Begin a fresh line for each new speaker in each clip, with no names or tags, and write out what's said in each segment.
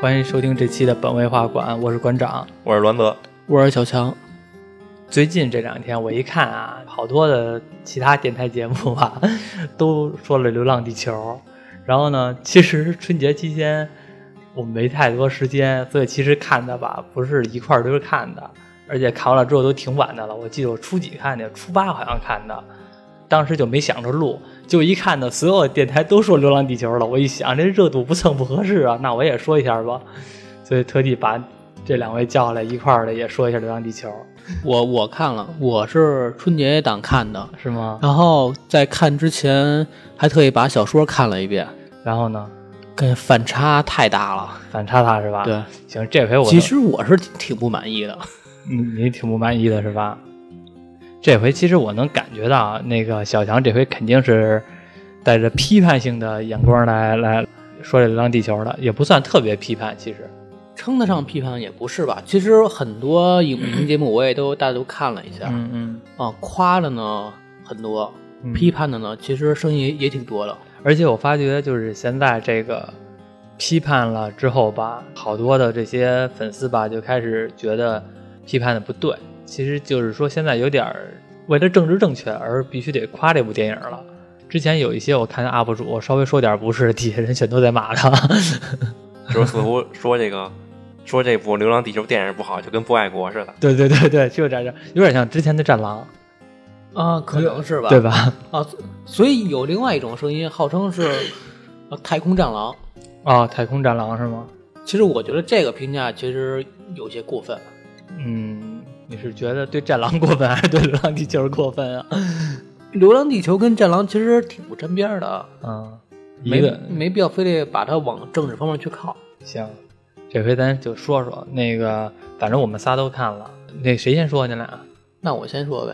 欢迎收听这期的本位画馆，我是馆长，
我是栾泽，
我是小强。
最近这两天我一看啊，好多的其他电台节目吧， 都说了《流浪地球》，然后呢，其实春节期间我没太多时间，所以其实看的吧，不是一块儿堆看的，而且看完了之后都挺晚的了。我记得我初几看的，初八好像看的，当时就没想着录，就一看呢，所有电台都说《流浪地球》了，我一想这热度不蹭不合适啊，那我也说一下吧，所以特地把这两位叫来一块儿的也说一下《流浪地球》。
我我看了，我是春节档看的，
是吗？
然后哦在看之前还特意把小说看了一遍，
然后呢，
跟反差太大了。
反差他是吧？，
对，
行，这回我
其实我是挺挺不满意的。
你你挺不满意的是吧？这回其实我能感觉到，啊那个小强这回肯定是带着批判性的眼光来来说这《流浪地球》的，也不算特别批判，其实
称得上批判也不是吧，其实很多影评节目我也都大家都看了一下，
嗯嗯，
啊，夸的呢很多，
嗯
批判的呢其实声音也挺多的。
而且我发觉，就是现在这个批判了之后吧，好多的这些粉丝吧，就开始觉得批判的不对。其实就是说，现在有点儿为了政治正确而必须得夸这部电影了。之前有一些我看 UP 主稍微说点不是，底下人全都在骂他。
就是似乎说这个说这部《流浪地球》电影不好，就跟不爱国似的。
对对对对，就这样，有点像之前的《战狼
啊，可能是》，吧，
对？吧？
啊，所所以有另外一种声音，号称是呃太空战狼。
啊、太空战狼是吗？
其实我觉得这个评价其实有些过分。
嗯，你是觉得对战狼过分，还是对流浪地球过分啊？
《流浪地球》跟《战狼》其实挺不沾边儿的，
嗯，一
没
个
没必要非得把它往政治方面去靠。
行，这回咱就说说那个，反正我们仨都看了，那谁先说？你俩？
那我先说呗，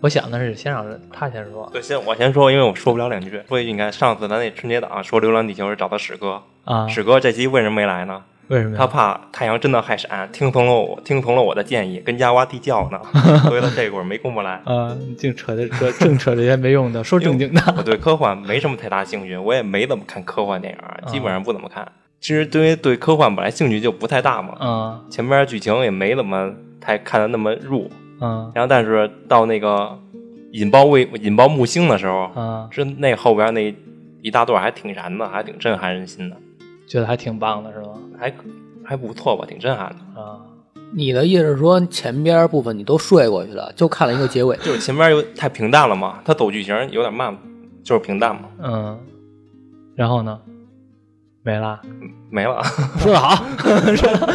我想的是先让他先说
对，先我先说，因为我说不了两句。所以你看，上次咱那春节档说《流浪地球》是找的史哥，
啊，
史哥这期为什么没来呢？
为
啊
什么
他
呀？
怕太阳真的害闪，听从了我，听从了我的建议，跟丫哇地窖 呢，所以他这会儿没工夫来。
啊，你净扯这扯净扯这些没用的，说正 经的。
我对科幻没什么太大兴趣，我也没怎么看科幻电影儿，基本上不怎么看。其实对于对科幻本来兴趣就不太大嘛，
嗯
前面剧情也没怎么太看的那么入。
嗯
然后但是到那个引爆卫引爆木星的时候，
嗯，
是那后边那一大段还挺燃的，还挺震撼人心的，
觉得还挺棒的是吗？
还还不错吧，挺震撼的。。
啊，
你的意思是说前边部分你都睡过去了，就看了一个结尾
就是前面有太平淡了嘛，它走剧情有点慢，就是平淡嘛，
嗯，然后呢？没啦，
没了。
说得好，说得好，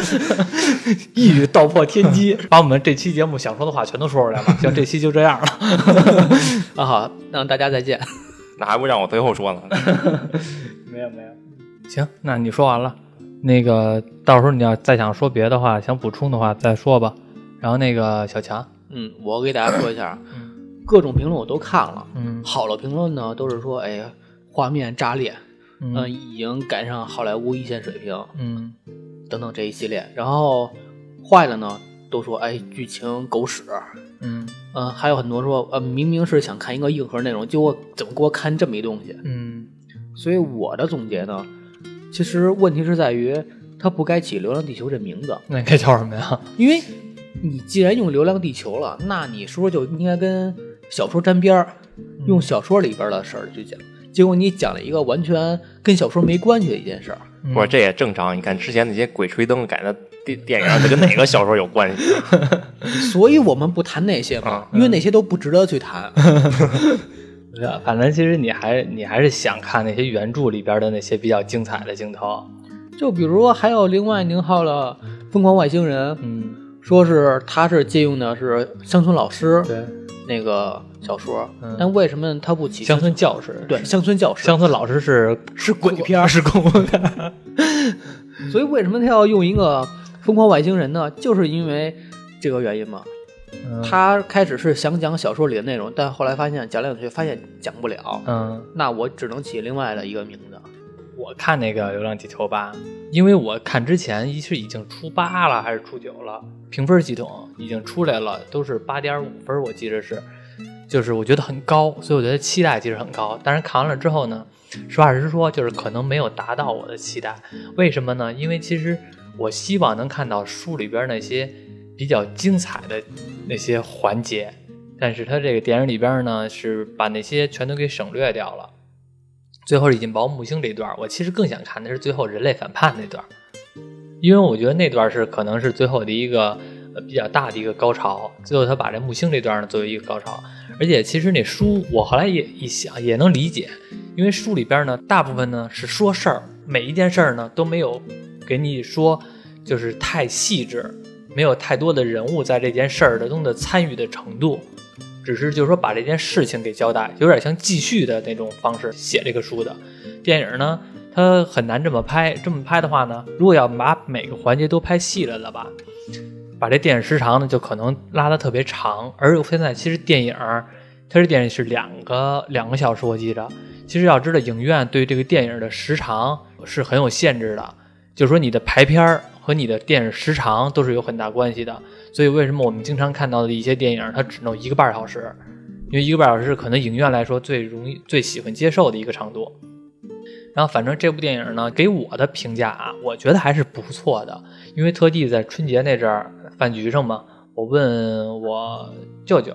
一语道破天机，把我们这期节目想说的话全都说出来了。行，这期就这样了。
啊好，让大家再见。
那还不让我最后说呢？
没有没有。行，那你说完了，那个到时候你要再想说别的话，想补充的话再说吧。然后那个小强，
嗯，我给大家说一下，各种评论我都看了，
嗯
好的评论呢都是说，哎呀，画面炸裂，嗯、
嗯
已经赶上好莱坞一线水平
嗯
等等这一系列。然后坏的呢都说，哎，剧情狗屎。
嗯
嗯、还有很多说，呃，明明是想看一个硬核内容，结果怎么给我看这么一东西？
嗯
所以我的总结呢，其实问题是在于它不该起《流浪地球》这名字，
那该叫什么呀？
因为你既然用《流浪地球》了，那你是不是就应该跟小说沾边儿，用小说里边的事儿去讲？结果你讲了一个完全跟小说没关系的一件事儿，
嗯
不是，这也正常。你看之前那些鬼吹灯改的电电影，它跟哪个小说有关系？
所以我们不谈那些嘛
啊，
因为那些都不值得去谈。
啊反正其实你还你还是想看那些原著里边的那些比较精彩的镜头。
就比如说还有另外宁浩的《疯狂外星人》，
嗯，
说是他是借用的是乡村老师
对，
那个小说
嗯，
但为什么他不起
乡村教师
对乡村教师？
乡村老师是是鬼片儿，是恐怖片儿。
所以为什么他要用一个疯狂外星人呢？就是因为这个原因嘛。
嗯
他开始是想讲小说里的内容，但后来发现讲两句发现讲不了，
嗯。
那我只能起另外的一个名字。
我看那个《流浪地球》吧，因为我看之前一是已经初八了还是初九了，评分系统已经出来了，都是八点五分，我记着是，就是我觉得很高，所以我觉得期待其实很高。但是看完了之后呢，实话实说，就是可能没有达到我的期待。为什么呢？因为其实我希望能看到书里边那些比较精彩的那些环节，但是它这个电影里边呢，是把那些全都给省略掉了。最后引爆木星这一段，我其实更想看的是最后人类反叛那段，因为我觉得那段是可能是最后的一个呃比较大的一个高潮。最后他把这木星这段呢作为一个高潮，而且其实那书我后来也一想也能理解，因为书里边呢大部分呢是说事儿，每一件事儿呢都没有给你说就是太细致，没有太多的人物在这件事儿中的参与的程度。只是就是说把这件事情给交代，有点像记叙的那种方式写这个书的。电影呢，它很难这么拍，这么拍的话呢，如果要把每个环节都拍细了的吧，把这电影时长呢就可能拉得特别长。而现在其实电影，它这电影是两个两个小时，我记着。其实要知道，影院对这个电影的时长是很有限制的，就是说你的排片儿和你的电影时长都是有很大关系的。所以为什么我们经常看到的一些电影，它只能一个半小时，因为一个半小时是可能影院来说最容易、最喜欢接受的一个长度。然后，反正这部电影呢，给我的评价啊，我觉得还是不错的。因为特地在春节那阵儿饭局上嘛，我问我舅舅，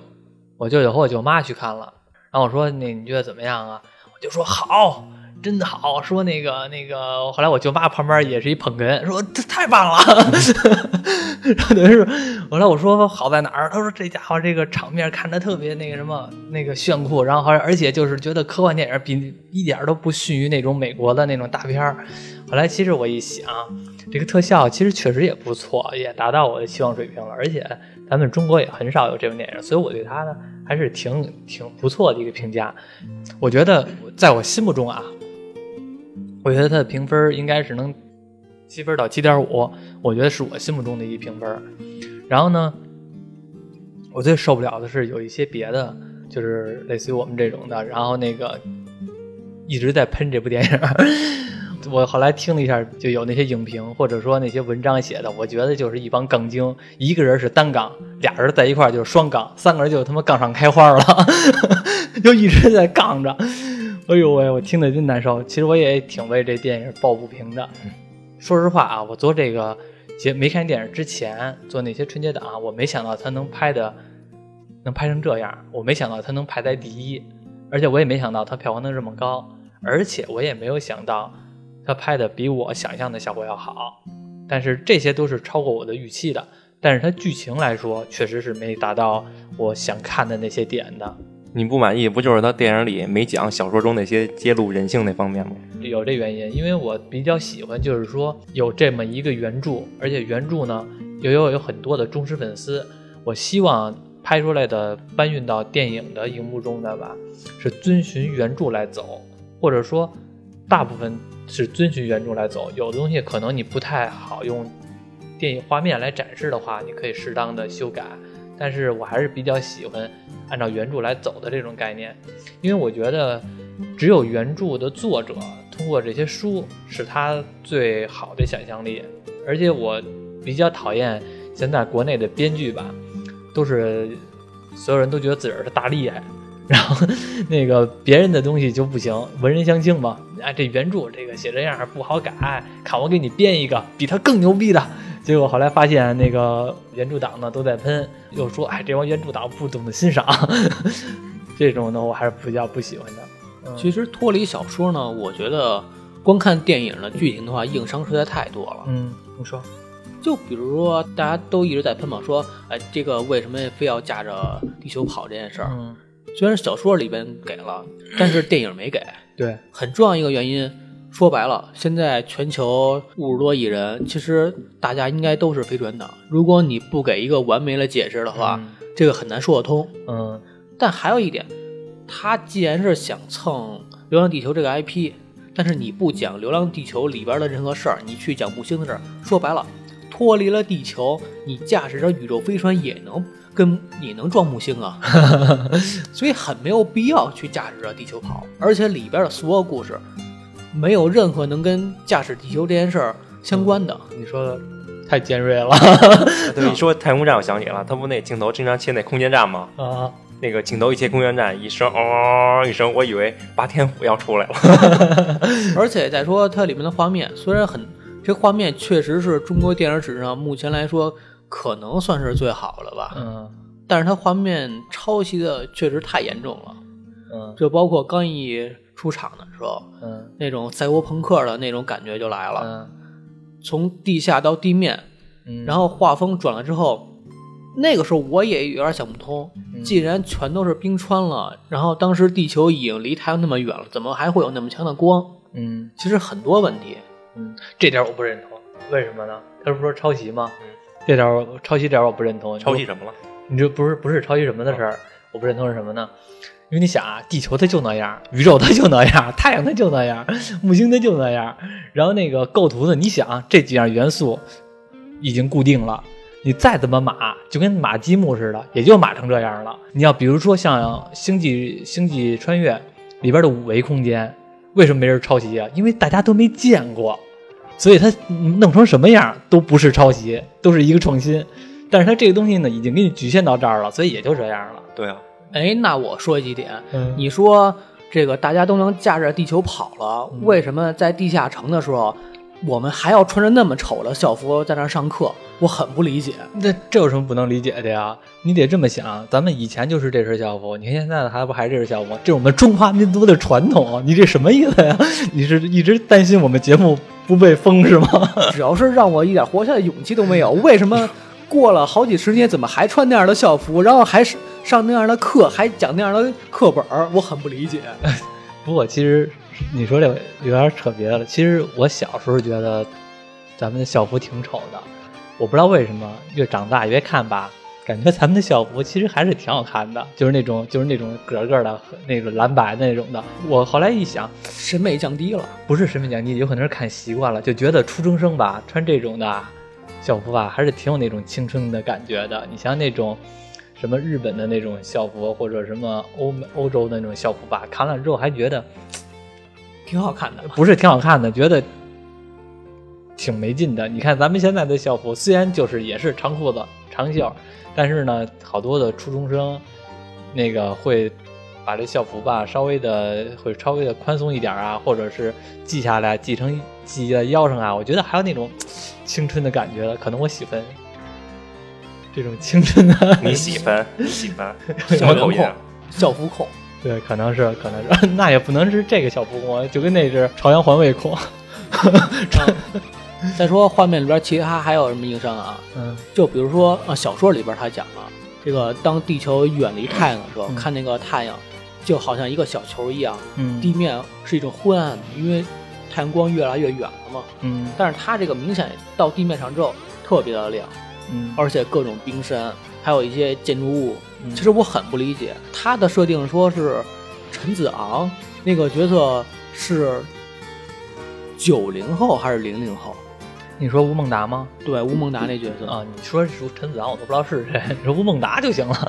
我舅舅和我舅妈去看了，然后我说：“那你觉得怎么样啊？”我就说：“好。”真的好，说那个那个，后来我舅妈旁边也是一捧哏，说这太棒了。 然后等于是，后来我说好在哪儿？他说这家伙这个场面看着特别那个什么那个炫酷，然后好像而且就是觉得科幻电影比一点儿都不逊于那种美国的那种大片儿。后来其实我一想，这个特效其实确实也不错，也达到我的期望水平了，而且咱们中国也很少有这种电影，所以我对它呢还是挺挺不错的一个评价。我觉得在我心目中啊。我觉得它的评分应该是能七分到七点五，我觉得是我心目中的一评分。然后呢，我最受不了的是有一些别的，就是类似于我们这种的，然后那个一直在喷这部电影。 我后来听了一下，就有那些影评或者说那些文章写的，我觉得就是一帮杠精，一个人是单杠，俩人在一块儿就是双杠，三个人就他妈杠上开花了， 就一直在杠着。哎呦喂，我听得真难受。其实我也挺为这电影抱不平的。说实话啊，我做这个节没看电影之前做那些春节档，我没想到它能拍的能拍成这样，我没想到它能排在第一，而且我也没想到它票房能这么高，而且我也没有想到它拍的比我想象的效果要好。但是这些都是超过我的预期的，但是它剧情来说确实是没达到我想看的那些点的。
你不满意，不就是他电影里没讲小说中那些揭露人性那方面吗？
有这原因，因为我比较喜欢，就是说有这么一个原著，而且原著呢也有有很多的忠实粉丝。我希望拍出来的搬运到电影的荧幕中的吧，是遵循原著来走，或者说大部分是遵循原著来走。有的东西可能你不太好用电影画面来展示的话，你可以适当的修改。但是我还是比较喜欢按照原著来走的这种概念，因为我觉得只有原著的作者通过这些书是他最好的想象力，而且我比较讨厌现在国内的编剧吧，都是所有人都觉得自个儿是大厉害，然后那个别人的东西就不行，文人相轻嘛，啊这原著这个写这样不好改，看我给你编一个比他更牛逼的，结果后来发现，那个原著党呢都在喷，又说哎，这帮原著党不懂得欣赏， 这种呢我还是比较不喜欢的。嗯
其实脱离小说呢，我觉得光看电影的剧情的话，硬伤实在太多了。
嗯，你说，
就比如说，大家都一直在喷嘛，说，哎，这个为什么非要架着地球跑这件事儿？
嗯，
虽然小说里边给了，但是电影没给。
对，
很重要一个原因，说白了，现在全球五十多亿人，其实大家应该都是非转党。如果你不给一个完美的解释的话，这个很难说得通。
嗯
但还有一点，他既然是想蹭《流浪地球》这个 IP，但是你不讲《流浪地球》里边的任何事儿，你去讲木星的事儿，说白了，脱离了地球，你驾驶着宇宙飞船也能跟也能撞木星啊，所以很没有必要去驾驶着地球跑。而且里边的所有故事，没有任何能跟驾驶地球这件事儿相关的。
嗯你说的太尖锐了
对，你说太空站，我想起了，他不那镜头经常切那空间站吗？
啊！
那个镜头一切公园站一声嗷、一声，我以为霸天虎要出来了。
而且再说它里面的画面，虽然很，这画面确实是中国电影史上目前来说可能算是最好了吧，
嗯
但是它画面抄袭的确实太严重了，
嗯
就包括刚一出场的时候，
嗯
那种赛博朋克的那种感觉就来了，
嗯
从地下到地面，
嗯，
然后画风转了之后，那个时候我也有点想不通，
嗯
既然全都是冰川了，然后当时地球已经离太阳那么远了，怎么还会有那么强的光？
嗯
其实很多问题，
嗯，这点我不认同，为什么呢？他不是说抄袭吗？这点我抄袭这点我不认同，
抄袭什么了？
你这不是不是抄袭什么的事儿，我不认同是什么呢？因为你想啊，地球它就那样，宇宙它就那样，太阳它就那样，木星它就那样，然后那个构图呢，你想啊这几样元素已经固定了，你再怎么码，就跟码积木似的，也就码成这样了。你要比如说像《星际星际穿越》里边的五维空间，为什么没人抄袭啊？因为大家都没见过，所以它弄成什么样都不是抄袭，都是一个创新。但是它这个东西呢，已经给你局限到这儿了，所以也就这样了。
对 啊，
哎，那我说几点，
嗯
你说这个大家都能驾着地球跑了，为什么在地下城的时候，我们还要穿着那么丑的校服在那儿上课？我很不理解。
那这有什么不能理解的呀？你得这么想，咱们以前就是这身校服，你看现在还不还这身校服？这是我们中华民族的传统，啊你这什么意思呀？你是一直担心我们节目不被封是吗？
只要是让我一点活下来的勇气都没有，为什么过了好几十年，怎么还穿那样的校服，然后还是上那样的课，还讲那样的课本儿？我很不理解。
不过其实你说这个有点扯别的了。其实我小时候觉得咱们的校服挺丑的，我不知道为什么越长大越看吧，感觉咱们的校服其实还是挺好看的，就是那种就是那种格格的那种蓝白的那种的。我后来一想，
审美降低了，
不是审美讲究，有可能是看习惯了，就觉得初中生吧穿这种的校服吧，还是挺有那种青春的感觉的。你像那种什么日本的那种校服，或者什么欧美欧洲的那种校服吧，看了之后还觉得
挺好看的。
不是挺好看的，觉得挺没劲的。你看咱们现在的校服，虽然就是也是长裤子、长袖，但是呢，好多的初中生那个会把这校服吧稍微的会稍微的宽松一点啊，或者是系下来系成系在腰上啊。我觉得还有那种青春的感觉了，可能我喜欢这种青春的。
你喜欢，你喜欢 什么口音啊？
校服控，
对，可能是，可能是， 那也不能是这个校服控，就跟那是朝阳环卫控。
嗯再说画面里边其他还有什么硬伤啊？
嗯
就比如说啊，小说里边他讲了，这个当地球远离太阳的时候，
嗯
看那个太阳，就好像一个小球一样，
嗯
地面是一种昏暗的，因为太阳光越来越远了嘛。
嗯
但是它这个明显到地面上之后特别的亮，
嗯
而且各种冰山，还有一些建筑物。
嗯
其实我很不理解它的设定，说是陈子昂那个角色是九零后还是零零后？
你说吴孟达吗？
对，吴孟达那角色，
啊，你说是陈子昂，我都不知道是谁， 你说吴孟达就行了。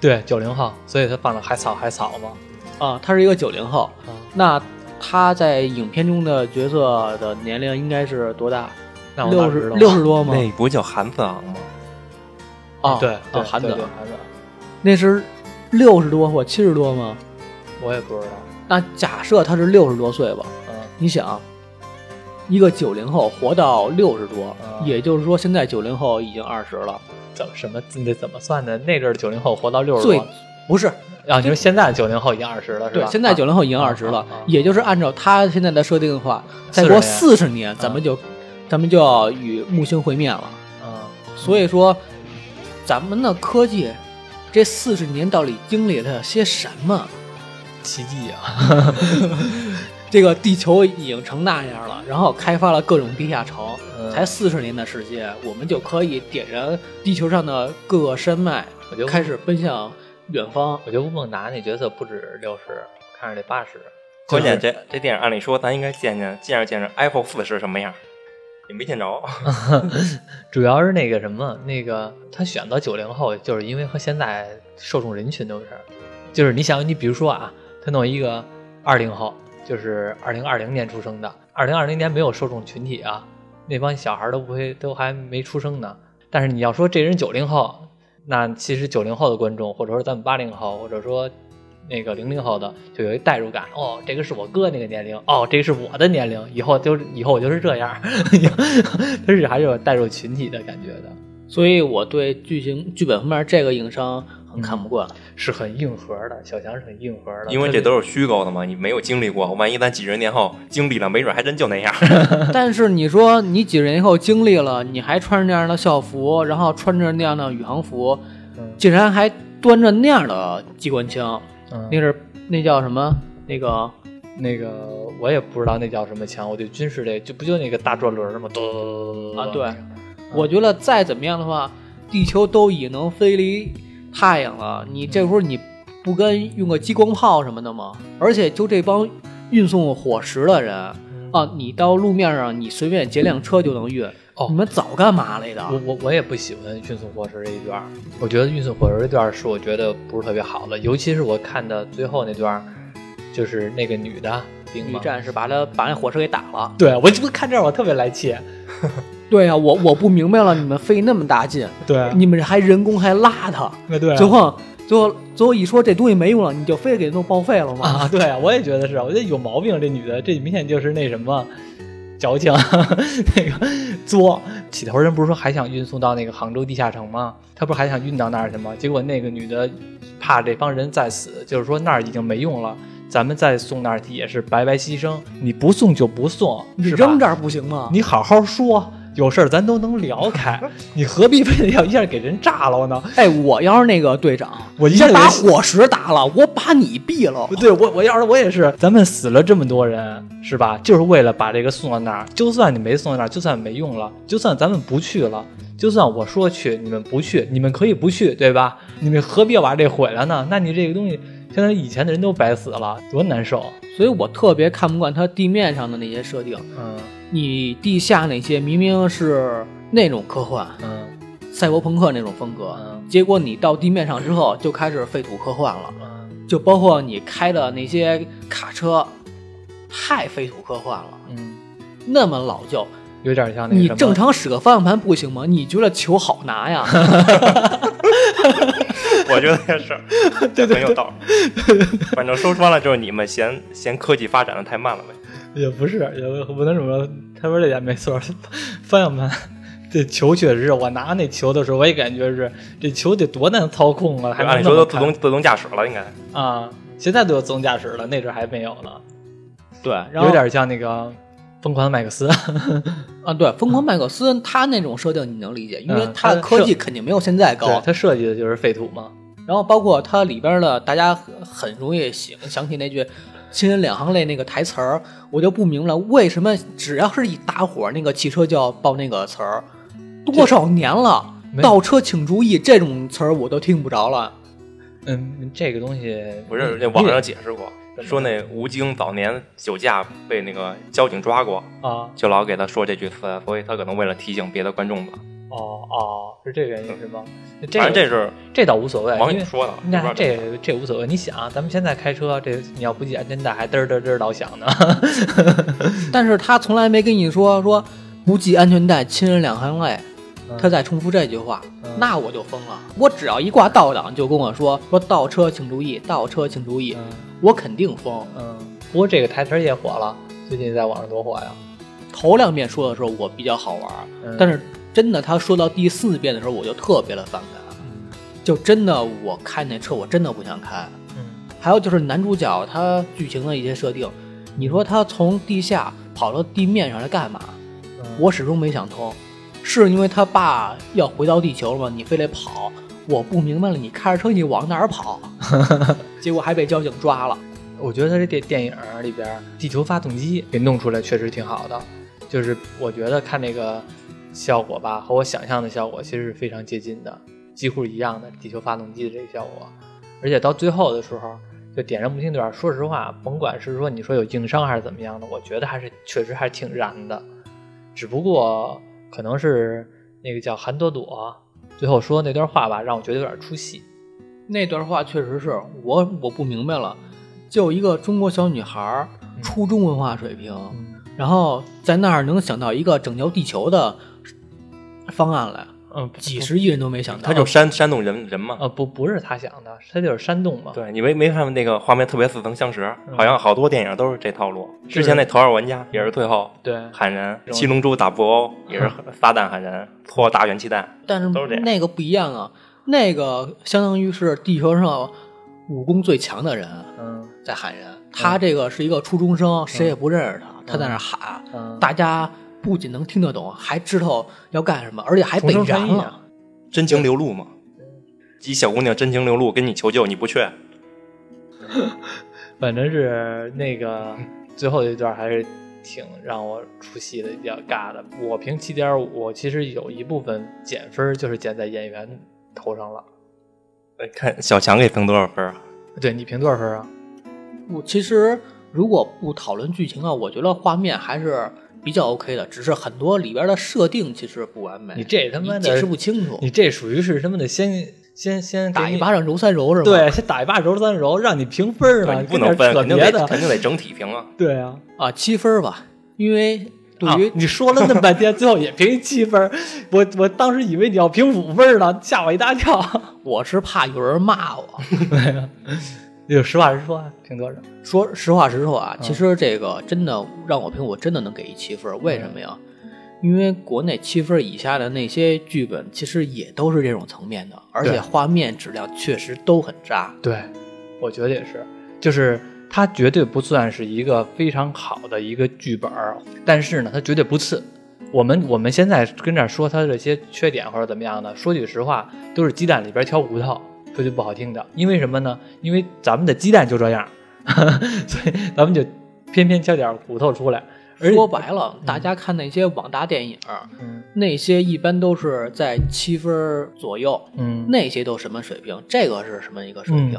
对，九零后，所以他放了海草海草嘛。
啊，他是一个九零后。
啊，
那他在影片中的角色的年龄应该是多大？
那我哪
六
知
十
道啊
六十多吗？
那不叫韩子昂吗？
啊，
对
啊
对，
韩
对
子
对，韩子，
那是六十多或七十多吗？
我也不知道。
那假设他是六十多岁吧，
嗯
你想，一个九零后活到六十多，
啊
也就是说现在九零后已经二十了，
怎么什么你得怎么算呢？那阵儿九零后活到六十
最
多
不是
啊，你说现在九零后已经二十了是
对
吧？，
现在九
零
零后已经
啊
二十了，
啊啊
也就是按照他现在的设定的话，再
40
过
年
四十年，咱们就、咱们就要与木星会面了。
啊，
所以说，咱们的科技这四十年到底经历了些什么？
奇迹啊！
这个地球已经成那样了，然后开发了各种地下城，
嗯
才四十年的时间，我们就可以点燃地球上的各个山脉
我觉，得
开始奔向远方。
我觉得吴孟达那角色不止六十，看着得八十。
关键这这电影，按理说咱应该见见见着见着 iPhone 四是什么样，也没见 着。
主要是那个什么，那个他选择九零后，就是因为和现在受众人群都是，就是你想，你比如说啊，他弄一个二零后，就是二零二零年出生的，二零二零年没有受众群体啊，那帮小孩儿都不会，都还没出生呢。但是你要说这人九零后，那其实九零后的观众，或者说咱们八零后，或者说那个零零后的，就有一代入感。哦，这个是我哥那个年龄，哦，这个是我的年龄，以后就是以后我就是这样，他是还是有代入群体的感觉的，
所以我对剧情剧本方面这个硬伤很看不惯。
是很硬核的。小强是很硬核的，
因为
特
这
别
都是虚构的嘛，你没有经历过，万一咱几十年后经历了，没准还真就那样。
嗯
但是你说你几十年以后经历了，你还穿着那样的校服，然后穿着那样的宇航服，
嗯
竟然还端着那样的机关枪，
嗯
那是那叫什么？那个
那个我也不知道那叫什么枪，我就军事类，就不就那个大转轮吗？嘟
啊，对，我觉得再怎么样的话，地球都已能飞离太阳了，你这会儿你不跟用个激光炮什么的吗？而且就这帮运送伙食的人啊，你到路面上你随便截辆车就能运，
哦
你们早干嘛来的？
我我我也不喜欢运送火车这一段儿，我觉得运送火车这段儿是我觉得不是特别好的，尤其是我看的最后那段儿，就是那个女的兵
女
嘛，
战士把他把那火车给打了。
对我就看这儿我特别来气，
对啊，我我不明白了，你们费那么大劲，
对
你们还人工还拉他，
对
最后最后最后一说这东西没用了，你就非得给弄报废了吗？
啊，对啊，我也觉得是，我觉得有毛病，这女的这明显就是那什么。矫情， 那个作起头人不是说还想运送到那个杭州地下城吗？他不是还想运到那儿去吗？结果那个女的怕这帮人再死，就是说那儿已经没用了，咱们再送那儿去也是白白牺牲。你不送就不送，
你
是吧
扔这儿不行吗？
你好好说，有事儿咱都能聊 开，你何必非得要一下给人炸了呢？
哎，我要是那个队长，
我一
你
下
先
给
把
人
火石打了，我把你毙了
不。对，我我要是我也是，咱们死了这么多人，是吧？就是为了把这个送到那儿。就算你没送到那儿，就算没用了，就算咱们不去了，就算我说去，你们不去，你们可以不去，对吧？你们何必要把这毁了呢？那你这个东西，相当于以前的人都白死了，多难受。啊
所以我特别看不惯它地面上的那些设定。
嗯
你地下那些明明是那种科幻、
嗯
赛博朋克那种风格，
嗯
结果你到地面上之后就开始废土科幻了，
嗯
就包括你开的那些卡车，太废土科幻了，
嗯，
那么老旧。
有点像那个
你
什么
正常使个方向盘不行吗？你觉得球好拿呀？
我觉得也是， 对很有道理。反正说穿了就是你们嫌嫌科技发展的太慢了呗。
也不是，也不能这么说。他说这点没错，方向盘 这球确实是，我拿那球的时候，我也感觉是这球得多难操控啊，还
就
能
按
那
理说
么
都自
看
动自动驾驶了，应该
啊。现在都有自动驾驶了，那阵儿还没有呢，
对，然后
有点像那个疯狂的麦克斯。
啊，对，疯狂麦克斯他那种设定你能理解，因为
嗯
他的
它
科技
设
肯定没有现在
啊
对，
高。
它设计的就是废土嘛。
然后包括它里边的，大家很很容易想想起那句“亲人两行泪”那个台词儿，我就不明白为什么只要是一打火，那个汽车就要报那个词儿，多少年了
没，有
倒车请注意这种词儿我都听不 着了。
嗯，这个东西
不是
你
那网
你
上
得
解释过，说那吴京早年酒驾被那个交警抓过，
啊，
就老给他说这句词，所以他可能为了提醒别的观众吧。
哦哦，是这个原因是吗？这
嗯反正这
个
是
这倒无所谓，
网
因
友
为
说的，不知
那
道真
这
的
个这无所谓，你想，啊咱们现在开车，这你要不系安全带，还嘚儿嘚儿嘚儿老响呢。
但是他从来没跟你说说不系安全带，亲人两行泪。 他再重复这句话，
嗯
那我就疯了。我只要一挂倒档，就跟我说说倒车请注意，倒车请注意，
嗯
我肯定疯。
嗯，不过这个台词儿也火了，最近在网上多火呀。
头两遍说的时候我比较好玩，
嗯
但是真的他说到第四遍的时候，我就特别的反感，就真的我开那车我真的不想开。
嗯
还有就是男主角他剧情的一些设定，你说他从地下跑到地面上来干嘛？
嗯
我始终没想通，是因为他爸要回到地球了吗？你非得跑？我不明白了，你开着车你往哪 儿跑？结果还被交警抓了。
我觉得他这电电影儿里边儿地球发动机给弄出来确实挺好的，就是我觉得看那个效果吧，和我想象的效果其实是非常接近的，几乎一样的地球发动机的这个效果。而且到最后的时候，就点燃木星段，说实话，甭管是说你说有硬伤还是怎么样的，我觉得还是确实还是挺燃的，只不过可能是那个叫韩朵朵最后说那段话吧，让我觉得有点出戏。
那段话确实是我我不明白了，就一个中国小女孩儿，
嗯
初中文化水平，然后在那儿能想到一个拯救地球的方案来，
嗯，不
几十亿人都没想到，
哦
他就煽煽动人人嘛。
呃不不是他想的，他就是煽动嘛。
对你没没看过那个画面特别似曾相识，
嗯
好像好多电影都是这套路。之前那《头号玩家》也是最后
对
喊人，《七龙珠》打布 欧也是撒旦喊人，搓大元气弹。
但是
都是这样
那个不一样啊，那个相当于是地球上武功最强的人
嗯
在喊人，他这个是一个初中生，谁也不认识他，他在那儿喊，
嗯，
大家不仅能听得懂，还知道要干什么，而且还被
同声
燃
传译
了
啊。
真情流露嘛。一小姑娘真情流露，跟你求救，你不去，
反正是那个最后一段还是挺让我出戏的，比较尬的。我评七点五，其实有一部分减分就是减在演员头上了。
呃看小强给评多少分啊？
对你评多少分啊？
我其实如果不讨论剧情啊，我觉得画面还是比较 OK 的，只是很多里边的设定其实不完美，
你这他妈的
你解释不清楚，
你这属于是什么的？先先先给
打一
你
巴掌揉三揉是吧？
对，先打一巴掌揉三揉，让你评分
对
呢，
你不能分，
扯
肯定
别
得
的。
肯定得整体评啊。
对 啊，
啊，七分儿吧，因为对
啊
于
你说了那么半天，最后也评七分儿，我我当时以为你要评五分儿呢，吓我一大跳。
我是怕有人骂我。
就实话实说，啊，评多少？
说实话实说啊，
嗯
其实这个真的让我评，我真的能给一七分儿。为什么呀？
嗯
因为国内七分儿以下的那些剧本，其实也都是这种层面的，而且
对
画面质量确实都很渣。
对，我觉得也是，就是它绝对不算是一个非常好的一个剧本儿，但是呢，它绝对不次。我们我们现在跟这儿说它这些缺点或者怎么样的，说句实话，都是鸡蛋里边挑骨头。说句不好听的，因为什么呢？因为咱们的鸡蛋就这样， 所以咱们就偏偏挑点骨头出来。而且
说白了，大家看那些网大电影儿，
嗯
那些一般都是在七分儿左右，
嗯，
那些都什么水平？这个是什么一个水平？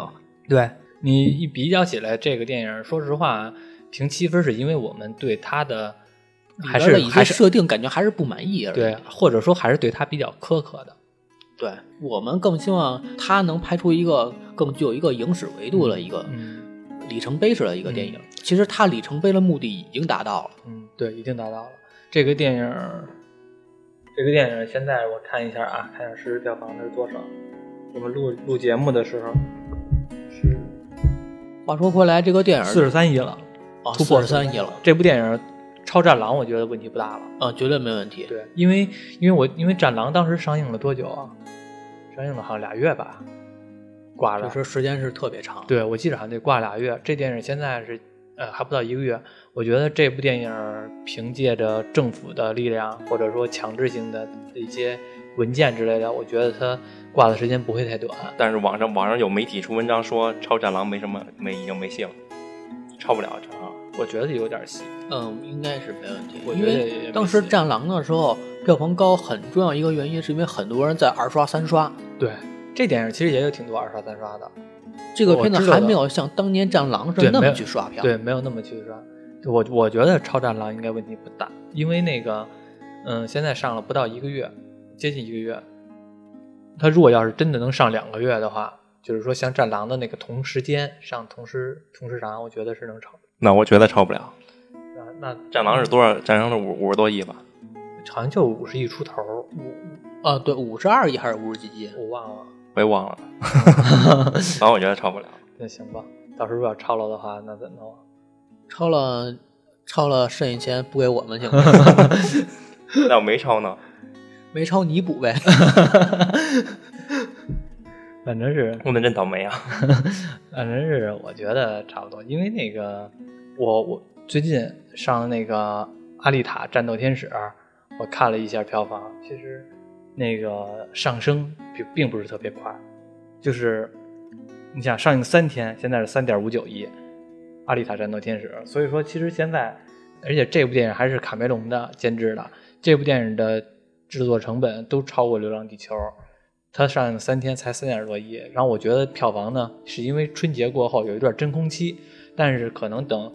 对你一比较起来，这个电影，说实话，评七分是因为我们对它的还
里边
是
的一些
还是
设定感觉还是不满 意而已。
对，或者说还是对他比较苛刻的。
对我们更希望它能拍出一个更具有一个影史维度的一个
嗯
里程碑式的一个电影。其实它里程碑的目的已经达到了。
嗯，对，一定达到了。这个电影，这个电影现在我看一下啊，看一下实时票房它是多少。我们录录节目的时候是
话说回来，这个电影
四十三亿了，
啊
突破
三亿了，
这部电影超《战狼》，我觉得问题不大了。
啊，绝对没问题。
对，因为因为我因为《战狼》当时上映了多久啊？上映了好像俩月吧，挂了
就。是时间是特别长。，
对，我记着好像得挂俩月。这电影现在是呃还不到一个月，我觉得这部电影凭借着政府的力量，或者说强制性的一些文件之类的，我觉得它挂的时间不会太短。
但是网上网上有媒体出文章说超战狼没什么没已经没戏了，超不了啊战狼。
我觉得有点戏，
嗯，应该是没问题。
我
因
觉得
为
也没
当时
戏
《战狼》的时候票房高，很重要一个原因是因为很多人在二刷、三刷。
对。这电影其实也有挺多二刷三刷的，
这个
我
片子
知道
还
的
没有像当年《战狼》似
对
的那
没
么
有
去刷票。
对，没有那么去刷。我我觉得《超战狼》应该问题不大，因为那个，嗯，现在上了不到一个月，接近一个月。它如果要是真的能上两个月的话，就是说像《战狼》的那个同时间上同时同时上，我觉得是能成。
那我觉得超不了。
那那
战狼是多少？战狼是五五十多亿吧？
好像就五十亿出头，
啊，对，五十二亿还是五十几亿？
我忘了。
我也 忘了，反正我觉得超不了。
那行吧，到时候要超了的话，那怎么弄啊？
超了，超了，剩下钱不给我们行吗？
那我没超呢。
没超你补呗。
反正是
我们真倒霉啊！
反正嗯是我觉得差不多，因为那个我我最近上那个《阿丽塔：战斗天使》，我看了一下票房，其实那个上升并并不是特别快，就是你想上映三天，现在是三点五九亿，《阿丽塔：战斗天使》，所以说其实现在，而且这部电影还是卡梅隆的监制的，这部电影的制作成本都超过《流浪地球》，它上映三天才三点多亿。然后我觉得票房呢，是因为春节过后有一段真空期，但是可能等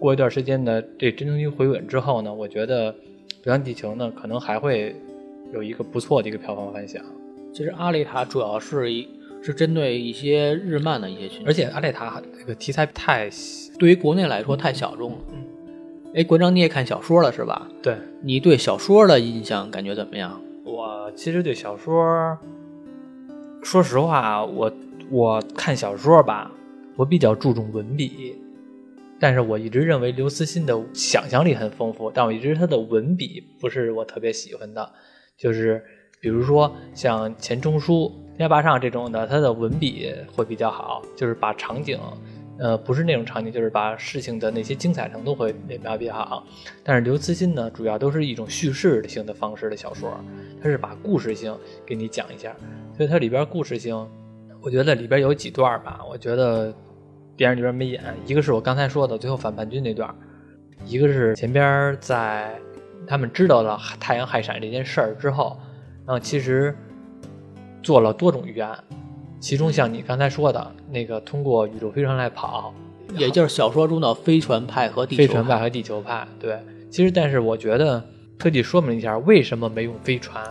过一段时间的这真空期回稳之后呢，我觉得《流浪地球》呢可能还会有一个不错的一个票房反响。
其实《阿丽塔》主要是一是针对一些日漫的一些群体，
而且《阿丽塔》这个题材太细
对于国内来说太小众了。
嗯
哎，馆长你也看小说了是吧？
对
你对小说的印象感觉怎么样？
我其实对小说，说实话，我我看小说吧，我比较注重文笔，但是我一直认为刘慈欣的想象力很丰富，但我一直他的文笔不是我特别喜欢的，就是比如说像钱钟书、天涯上这种的，他的文笔会比较好，就是把场景。呃，不是那种场景，就是把事情的那些精彩程度会描比较好。但是刘慈欣呢，主要都是一种叙事性的方式的小说，它是把故事性给你讲一下，所以它里边故事性，我觉得里边有几段吧，我觉得电影里边没演，一个是我刚才说的最后反叛军那段，一个是前边在他们知道了太阳害闪这件事儿之后，然后其实做了多种预案，其中像你刚才说的那个通过宇宙飞船来跑，
也就是小说中的飞船派和地球
飞船派和地球派，对，其实但是我觉得特地说明一下为什么没用飞船，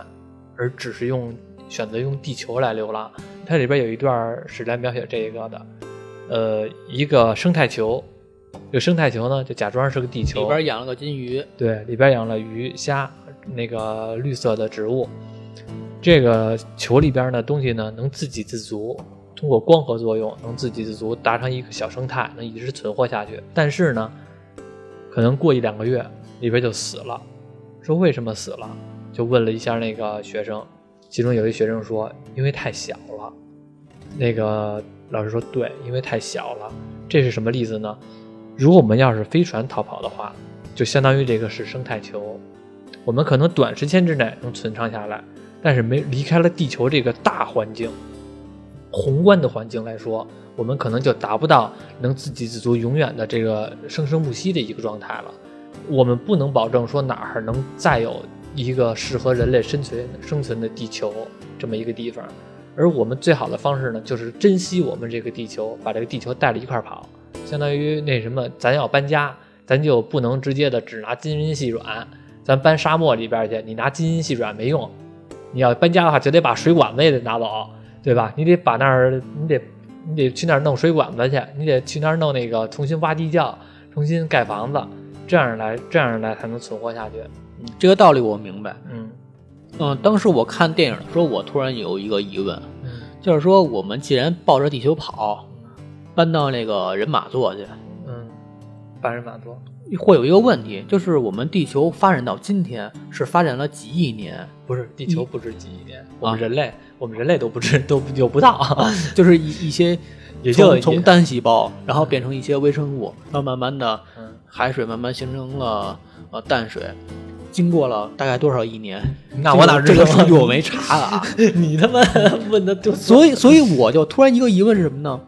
而只是用选择用地球来流浪。它里边有一段是来描写这一个的，呃，一个生态球，这个生态球呢就假装是个地球，
里边养了个金鱼，
对，里边养了鱼、虾，那个绿色的植物。这个球里边呢，东西呢能自给自足，通过光合作用能自给自足，达成一个小生态，能一直存活下去。但是呢，可能过一两个月里边就死了。说为什么死了？就问了一下那个学生，其中有一学生说，因为太小了。那个老师说，对，因为太小了。这是什么例子呢？如果我们要是飞船逃跑的话，就相当于这个是生态球，我们可能短时间之内能存长下来，但是没离开了地球这个大环境、宏观的环境来说，我们可能就达不到能自给自足、永远的这个生生不息的一个状态了。我们不能保证说哪儿能再有一个适合人类生存生存的地球这么一个地方，而我们最好的方式呢，就是珍惜我们这个地球，把这个地球带着一块儿跑，相当于那什么，咱要搬家，咱就不能直接的只拿金银细软，咱搬沙漠里边去，你拿金银细软没用，你要搬家的话，就得把水管子也得拿走，对吧？你得把那儿，你得你得去那儿弄水管子去，你得去那儿弄那个重新挖地窖，重新盖房子，这样来这样来才能存活下去。
这个道理我明白。
嗯
嗯，当时我看电影的时候，我突然有一个疑问，
嗯
就是说我们既然抱着地球跑，搬到那个人马座去，
嗯，半人马座，
会有一个问题，就是我们地球发展到今天是发展了几亿年，
不是地球不止几亿年，我
啊
们人类、我们人类都不止都有不到，
就是一一些
也就
从从单细胞，然后变成一些微生物，然后慢慢的
嗯
海水慢慢形成了呃淡水，经过了大概多少亿年？
那我哪知
这
道
个？这个数据我没查啊。
你他妈问的就
所以，所以我就突然一个疑问是什么呢？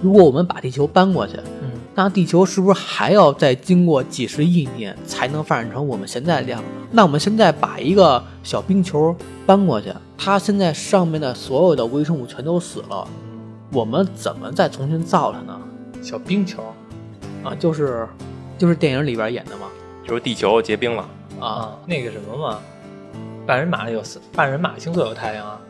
如果我们把地球搬过去，
嗯
那地球是不是还要再经过几十亿年才能发展成我们现在这样？那我们现在把一个小冰球搬过去，它现在上面的所有的微生物全都死了，我们怎么再重新造它呢？
小冰球
啊， 就是就是电影里边演的嘛。
就是地球结冰了，
啊，
啊，那个什么嘛，半人马有四半人马星座有太阳啊。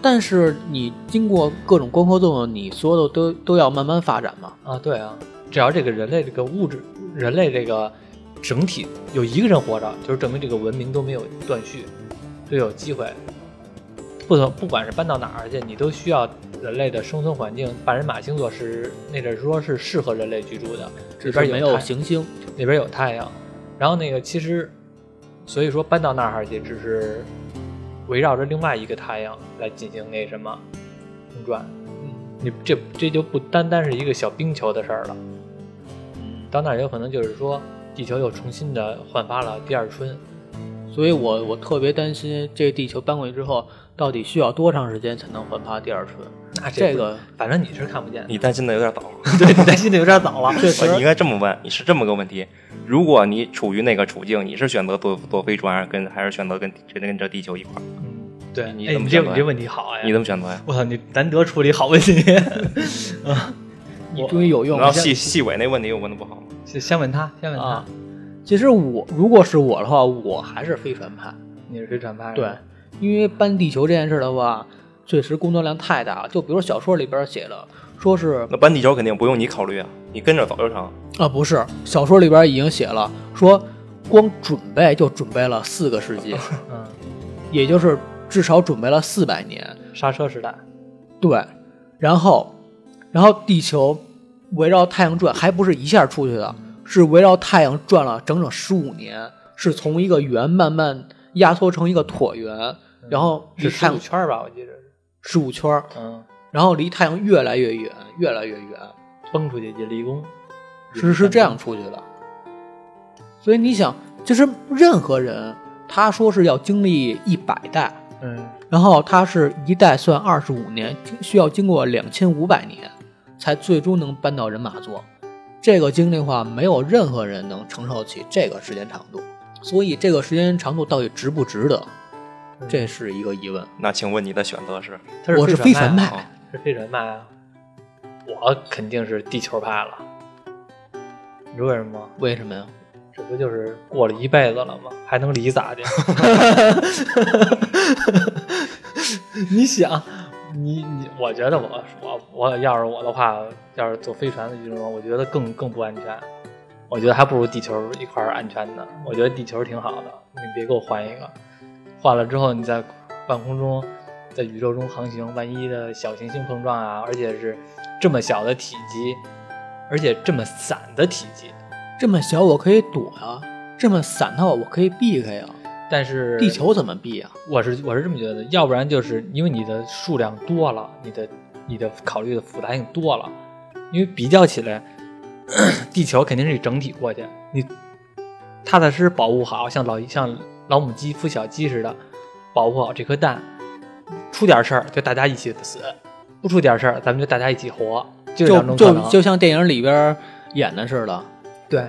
但是你经过各种光合作用，你所有的都都要慢慢发展嘛。
啊，对啊，只要这个人类这个物质，人类这个整体有一个人活着，就是证明这个文明都没有断续，都有机会。不同，不管是搬到哪儿去，你都需要人类的生存环境。半人马星座是那阵儿说是适合人类居住的，
只
里
是
边
没
有
有
太
行星，
里边有太阳，然后那个其实，所以说搬到那儿去只是围绕着另外一个太阳来进行那什么公转。
嗯
你这这就不单单是一个小冰球的事儿了。到那儿有可能就是说，地球又重新的焕发了第二春。
所以我我特别担心这地球搬过去之后，到底需要多长时间才能焕发第二春？
那
这
不
个
反正你是看不见的，
你担心的有点早。
对你担心的有点早了。
确
啊你应
实，
该这么问，你是这么个问题：如果你处于那个处境，你是选择坐坐飞船，跟还是选择跟跟跟着地球一块儿？
嗯，对，
你
哎
怎么
你这
想的
你这问题好呀！
你怎么选择呀？
我操，你难得处理好问题。
你终于有用
然后
了。
细细尾那问题我问的不好吗？
先先问他，先问他，
啊其实我如果是我的话，我还是飞船派。
你是谁转发？
对，，因为搬地球这件事的话，确实工作量太大了。就比如小说里边写的，说是
那搬地球肯定不用你考虑啊，你跟着走就成。
啊，不是小说 里边已经写了，说光准备就准备了四个世纪。
嗯，
也就是至少准备了四百年。
刹车时代，
对，然后，然后地球围绕太阳转，还不是一下出去的，是围绕太阳转了整整十五年，是从一个圆慢慢压缩成一个椭圆，然后离
是
太
十
阳
五圈儿吧？我记着是，
十五圈儿，
嗯，
然后离太阳越来越远，越来越远，
蹦出去就立功，
是是这样出去的。所以你想，就是任何人，他说是要经历一百代，
嗯，
然后它是一代算二十五年，经需要经过两千五百年，才最终能搬到人马座。这个经历的话，没有任何人能承受起这个时间长度，所以这个时间长度到底值不值得，
嗯
这是一个疑问。
那请问你的选择是？
他
我是
飞
非
船
凡
派
派
啊，是飞船派啊，我肯定是地球派了。你知道为什么吗？
为什么呀？
这不就是过了一辈子了吗？还能离咋的？ 你想，你你，我觉得我我我要是我的话，要是坐飞船的宇宙中，我觉得更更不安全。我觉得还不如地球一块儿安全呢。我觉得地球挺好的，你别给我换一个，换了之后你在半空中，在宇宙中航行，万一的小行星碰撞啊，而且是这么小的体积，而且这么散的体积，
这么小我可以躲呀、这么散的话我可以避开呀、
但是
地球怎么避啊呀、
我是我是这么觉得，要不然就是因为你的数量多了，你的你的考虑的复杂性多了，因为比较起来， 地球肯定是一整体过去，你踏踏实实保护好，像老像老母鸡孵小鸡似的，保护好这颗蛋，出点事儿就大家一起死，不出点事儿咱们就大家一起活，就这两
就
种可
就
能。
就像电影里边演的似的
对，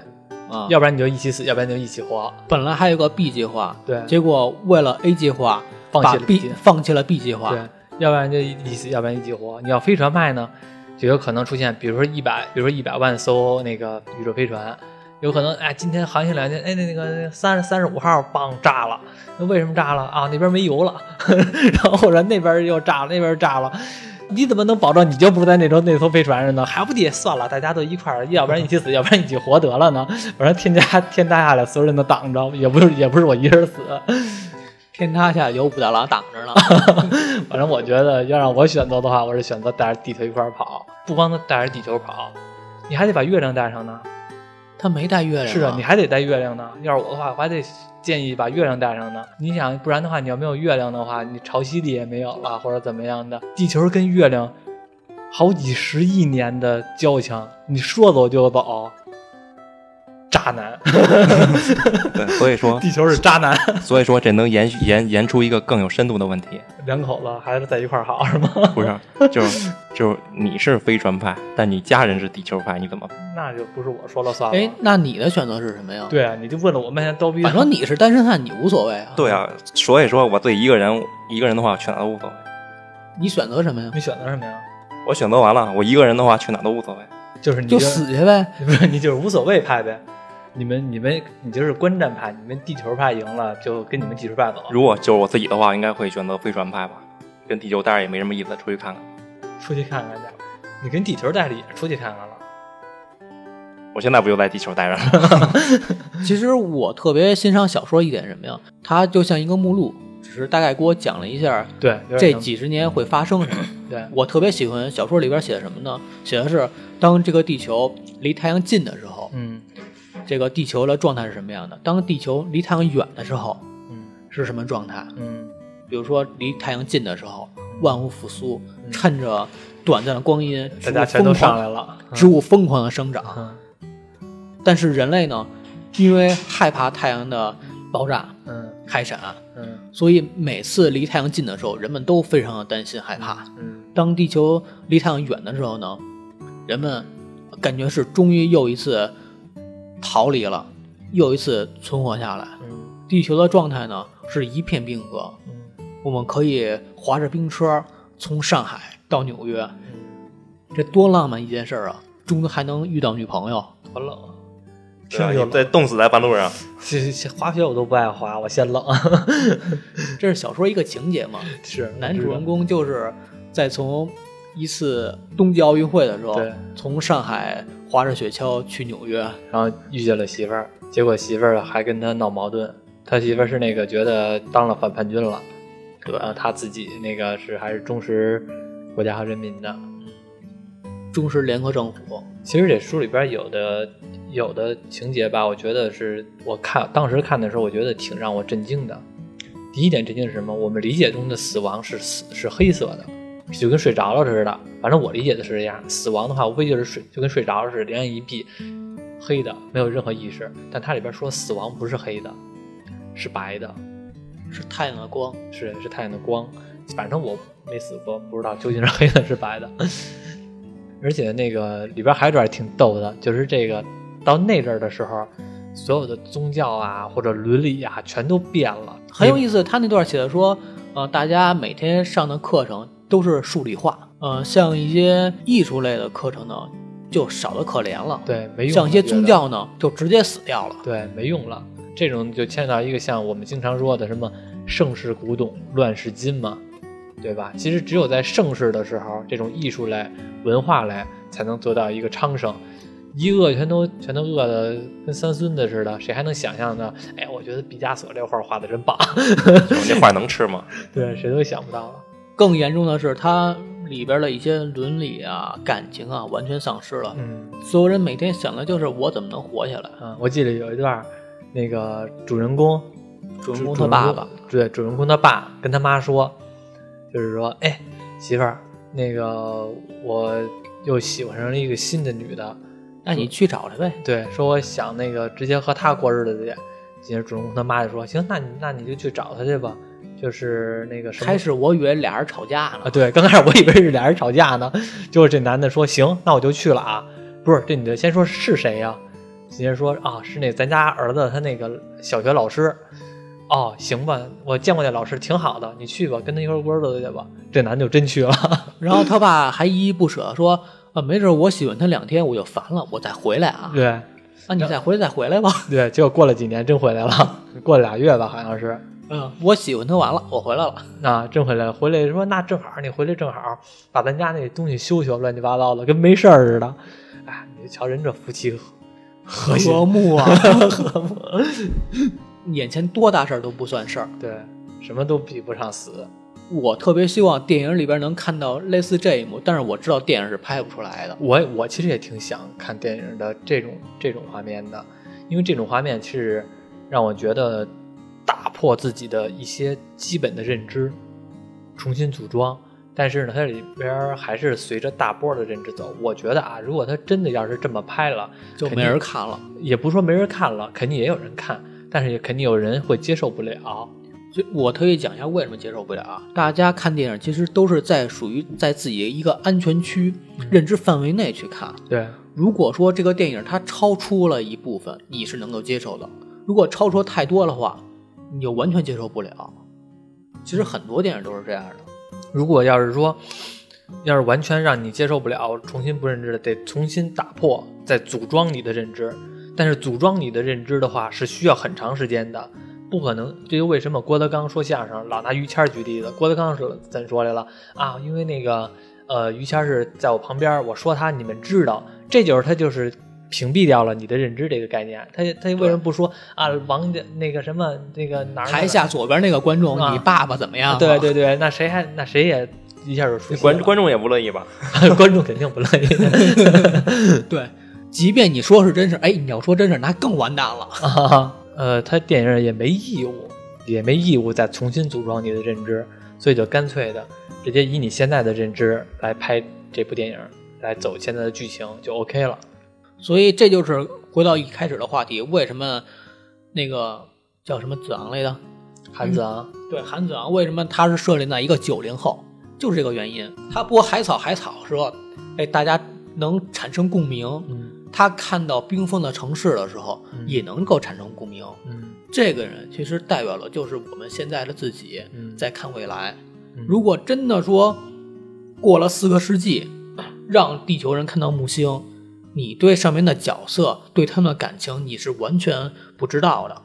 啊，
要不然你就一起死，要不然就一起活，
本来还有个 B 计划，
对
结果为了 A 计划，
放弃了 B
把 B
计划
放弃了 B 计划，
对，要不然就一起，要不然一起活。你要飞船派呢，就有可能出现，比如说一百，比如说一百万艘那个宇宙飞船，有可能哎，今天航行两天，哎，那那个三三十五号棒炸了，那为什么炸了啊？那边没油了， 然后说那边又炸了，那边炸了。你怎么能保证你就不是在那艘那艘飞船上呢？还不得算了，大家都一块儿，要不然一起死，要不然一起活得了呢？反正天塌天塌下来，所有人都挡着，也不是也不是我一人死。
天塌下有武大郎挡着呢。
反正我觉得要让我选择的话，我是选择带着地球一块儿跑，不光带着地球跑，你还得把月亮带上呢。
他没带月亮，
是啊，你还得带月亮呢。要是我的话，我还得建议把月亮带上呢。你想，不然的话，你要没有月亮的话，你潮汐力也没有了，或者怎么样的。地球跟月亮好几十亿年的交情，你说走就走，渣 男，
对，所 以说，
地球是渣男，
所以说这能延续延延出一个更有深度的问题，
两口子还是在一块儿好是吗？
不是？ 就是就是你是飞船派，但你家人是地球派，你怎么？
那就不是我说了算了。
哎，那你的选择是什么呀？，
对啊，你就问了我半天叨逼，
反正你是单身汉，你无所谓啊。，
对啊，所以说我自己一个人一个人的话去哪都无所谓，
你选择什么呀？
你选择什么呀？
我选择完了，我一个人的话去哪都无所谓。
就是你
就死去呗。
不是你就是无所谓派呗。你们你们你就是观战派，你们地球派赢了就跟你们技术派走。
如果就是我自己的话，应该会选择飞船派吧，跟地球待着也没什么意思，出去看看。
出去看看去，你跟地球带着也出去看看了。
我现在不就在地球待着吗？
其实我特别欣赏小说一点是什么呀？它就像一个目录，只是大概给我讲了一下
对，有
这
点
几十年会发生什么。
像对，
我特别喜欢小说里边写的什么呢？写的是当这个地球离太阳近的时候，
嗯
这个地球的状态是什么样的？当地球离太阳远的时候
嗯
是什么状态？
嗯
比如说离太阳近的时候，万物复苏，
嗯
趁着短暂的光阴，
大家全都
植物疯
上
狂嗯
来了。
植物疯狂的生长。
嗯
但是人类呢，因为害怕太阳的爆炸、
嗯
开闪，
嗯
所以每次离太阳近的时候，人们都非常的担心害怕。
嗯
当地球离太阳远的时候呢，人们感觉是终于又一次逃离了，又一次存活下来。
嗯
地球的状态呢是一片冰河，
嗯
我们可以划着冰车从上海到纽约，
嗯，
这多浪漫一件事儿啊！中途还能遇到女朋友，
好冷。
对
听
啊
着就
你在
冷，
冻死在半路上。
这这滑雪我都不爱滑，我嫌冷。
这是小说一个情节嘛？
是
男主人公就是在从一次冬季奥运会的时候
对，
从上海划着雪橇去纽约，
然后遇见了媳妇儿，结果媳妇儿还跟他闹矛盾。他媳妇儿是那个觉得当了反叛军了，
对
然后他自己那个是还是忠实国家和人民的。
忠实联合政府，
其实这书里边有的有的情节吧，我觉得是我看当时看的时候，我觉得挺让我震惊的。第一点震惊是什么？我们理解中的死亡是死是黑色的，就跟睡着了似的。反正我理解的是这样，死亡的话无非就是睡，就跟睡着了似的，两眼一闭，黑的，没有任何意识。但它里边说死亡不是黑的，是白的，
是太阳的光。
是是太阳的光。反正我没死过，不知道究竟是黑的是白的。而且那个里边还有一段挺逗的，就是这个到那阵儿的时候，所有的宗教啊或者伦理啊全都变了，
很有意思。他那段写的说，呃，大家每天上的课程都是数理化，呃，像一些艺术类的课程呢，就少的可怜了。，
对没用了。
像一些宗
觉得
教呢，就直接死掉了。
对，没用了。这种就牵扯到一个像我们经常说的什么盛世古董，乱世金嘛，对吧？其实只有在盛世的时候，这种艺术类、文化类才能做到一个昌盛。一饿全都全都饿的跟三孙子似的，谁还能想象呢？哎，我觉得毕加索这画画的真棒，
我这话能吃吗？
对，谁都想不到了。
更严重的是，它里边的一些伦理啊、感情啊，完全丧失了。
嗯
所有人每天想的就是我怎么能活下来。
啊，我记得有一段儿，那个主人公
主人
主
公他爸爸，，
对，主人公他爸跟他妈说，就是说，哎，媳妇儿，那个我又喜欢上了一个新的女的，
那你去找他呗。
对，说我想那个直接和她过日子去。接着主人公他妈就说，行，那你那你就去找她去吧，就是那个什么
开始我以为俩人吵架
啊，
呢，
对，刚开始我以为是俩人吵架呢，结果这男的说行，那我就去了啊。不是，这女的先说是谁呀、接着说啊，是那咱家儿子他那个小学老师。哦，行吧，我见过那老师，挺好的，你去吧，跟他一块儿过日子去吧。这男的就真去了，
然后他爸还依依不舍说。啊，没准我喜欢他两天我就烦了，我再回来啊。
对
那你再回来再回来吧。
对，结果过了几年真回来了，过了俩月吧，好像是。
嗯，我喜欢他完了，我回来了。
啊，真回来了，回来说那正好，你回来正好，把咱家那东西修修，乱七八糟的，跟没事儿似的。哎，你就瞧人这夫妻和和谐
睦啊， 和睦。眼前多大事儿都不算事儿，
对，什么都比不上死。
我特别希望电影里边能看到类似这一幕，但是我知道电影是拍不出来的。
我我其实也挺想看电影的这种这种画面的，因为这种画面是让我觉得打破自己的一些基本的认知，重新组装。但是呢，它里边儿还是随着大波儿的认知走。我觉得啊，如果它真的要是这么拍了，
就没人看了，
也不是说没人看了，肯定也有人看，但是也肯定有人会接受不了。
所以我特意讲一下为什么接受不了啊！大家看电影其实都是在属于在自己的一个安全区、认知范围内去看。
对，
如果说这个电影它超出了一部分，你是能够接受的；如果超出太多的话，你就完全接受不了。其实很多电影都是这样的。
如果要是说，要是完全让你接受不了，重新不认知的，得重新打破，再组装你的认知。但是组装你的认知的话，是需要很长时间的，不可能。这就为什么郭德纲说相声老拿于谦儿举例子。郭德纲是怎说来了啊？因为那个呃，于谦儿是在我旁边儿，我说他，你们知道，这就是他就是。屏蔽掉了你的认知这个概念，他他为什么不说啊？王家那个什么那个哪儿哪儿
台下左边那个观众，
啊
你爸爸怎么样、
啊对，对对，那谁还那谁也一下就出戏
观
了
观众也不乐意吧？
观众肯定不乐意
对，即便你说是真事儿，哎，你要说真事儿，那更完 蛋了。
啊。呃，他电影也没义务，也没义务再重新组装你的认知，所以就干脆的直接以你现在的认知来拍这部电影，来走现在的剧情就 OK 了。
所以这就是回到一开始的话题，为什么那个叫什么子昂来着？
韩子啊昂，
对，韩子昂为什么他是设定在一个九零后，就是这个原因。他播《海草海草》的时候，哎，大家能产生共鸣。
嗯
他看到冰封的城市的时候，
嗯
也能够产生共鸣。
嗯
这个人其实代表了就是我们现在的自己，
嗯
在看未来。
嗯
如果真的说过了四个世纪，让地球人看到木星，你对上面的角色、对他们的感情，你是完全不知道的。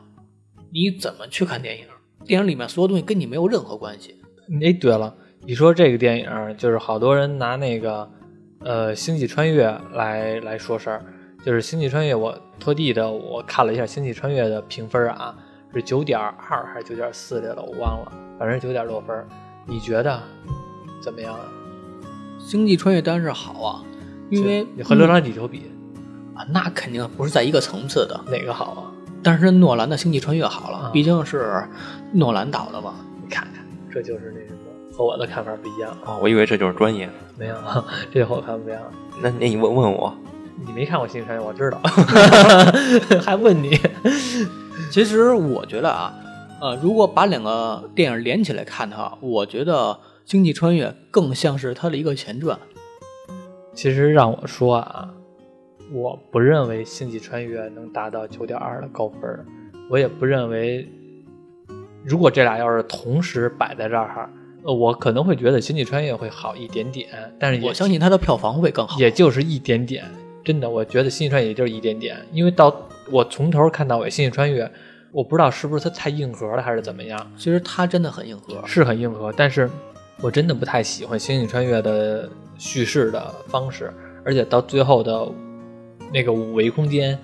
你怎么去看电影？电影里面所有东西跟你没有任何关系。
哎，对了，你说这个电影就是好多人拿那个呃《星际穿越来》来说事儿，就是《星际穿越》，我特地的我看了一下《星际穿越》的评分啊，是九点二还是九点四来了，我忘了，反正九点多分儿。你觉得怎么样啊？
星际穿越当然是好啊，因为嗯
你和《流浪地球》比，
啊，那肯定不是在一个层次的。
哪个好啊？
但是诺兰的《星际穿越》好了
啊，
毕竟是诺兰导的嘛。
你看看，这就是那什么，和我的看法不一样。啊
哦，我以为这就是专业。
没有，啊 这和我看法不一样。啊
那那你问问我，
你没看过《星际穿越》，我知道， 还问你？嗯
其实我觉得啊，呃，如果把两个电影连起来看的话，我觉得《星际穿越》更像是它的一个前传。
其实让我说啊，我不认为《星际穿越》能达到九点二的高分儿，我也不认为，如果这俩要是同时摆在这儿，呃，我可能会觉得《星际穿越》会好一点点，但是也
我相信它的票房会更好。
也就是一点点，真的，我觉得《星际穿越》也就是一点点，因为到我从头看到尾，《星际穿越》我不知道是不是它太硬核了，还是怎么样，
其实它真的很硬核。
是很硬核，但是我真的不太喜欢《星际穿越》的叙事的方式，而且到最后的那个五维空间，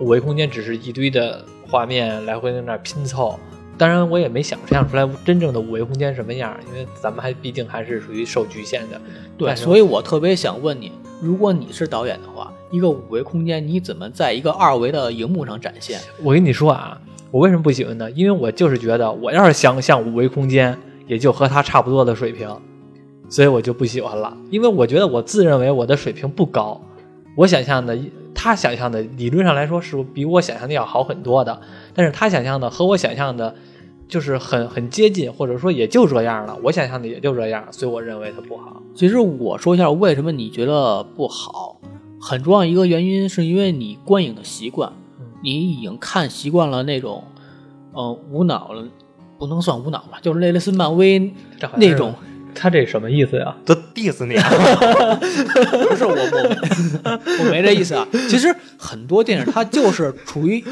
五维空间只是一堆的画面来回在那儿拼凑。当然，我也没想象出来真正的五维空间什么样，因为咱们还毕竟还是属于受局限的。
对，
但是
所以我特别想问你，如果你是导演的话，一个五维空间你怎么在一个二维的荧幕上展现？
我跟你说啊，我为什么不喜欢呢？因为我就是觉得，我要是想像五维空间，也就和它差不多的水平，所以我就不喜欢了。因为我觉得我自认为我的水平不高，我想象的，他想象的理论上来说是比我想象的要好很多的，但是他想象的和我想象的，就是很很接近，或者说也就这样了。我想象的也就这样，所以我认为它不好。
其实我说一下为什么你觉得不好，很重要一个原因是因为你观影的习惯
嗯，
你已经看习惯了那种，呃，无脑了，不能算无脑吧，就是类类似漫威
这好像是
那种，
他这什么意思呀、
都 diss 你啊！
不是我我我没这意 思啊。其实很多电影它就是处于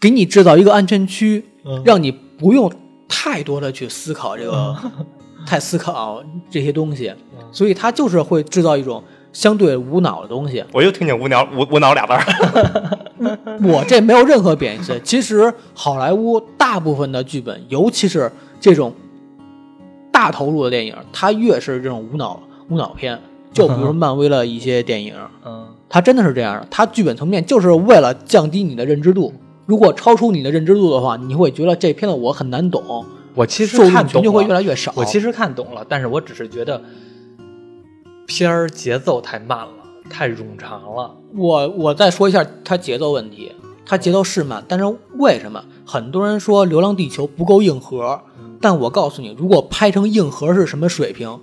给你制造一个安全区，
嗯
让你不用太多的去思考这个，
嗯
太思考这些东西，所以它就是会制造一种相对无脑的东西。
我又听见无聊无无脑俩字儿。
我这没有任何贬义词。其实好莱坞大部分的剧本，尤其是这种大投入的电影，它越是这种无脑无脑片，就比如说漫威的一些电影。
嗯，
它真的是这样的，它剧本层面就是为了降低你的认知度。如果超出你的认知度的话，你会觉得这片子我很难懂，
我其实
受
看
众啊
懂
群就会
了
越来越少。
我其实看懂了，但是我只是觉得片儿节奏太慢了，太冗长了。
我我再说一下它节奏问题，它节奏是慢，但是为什么很多人说《流浪地球》不够硬核？但我告诉你，如果拍成硬核是什么水平？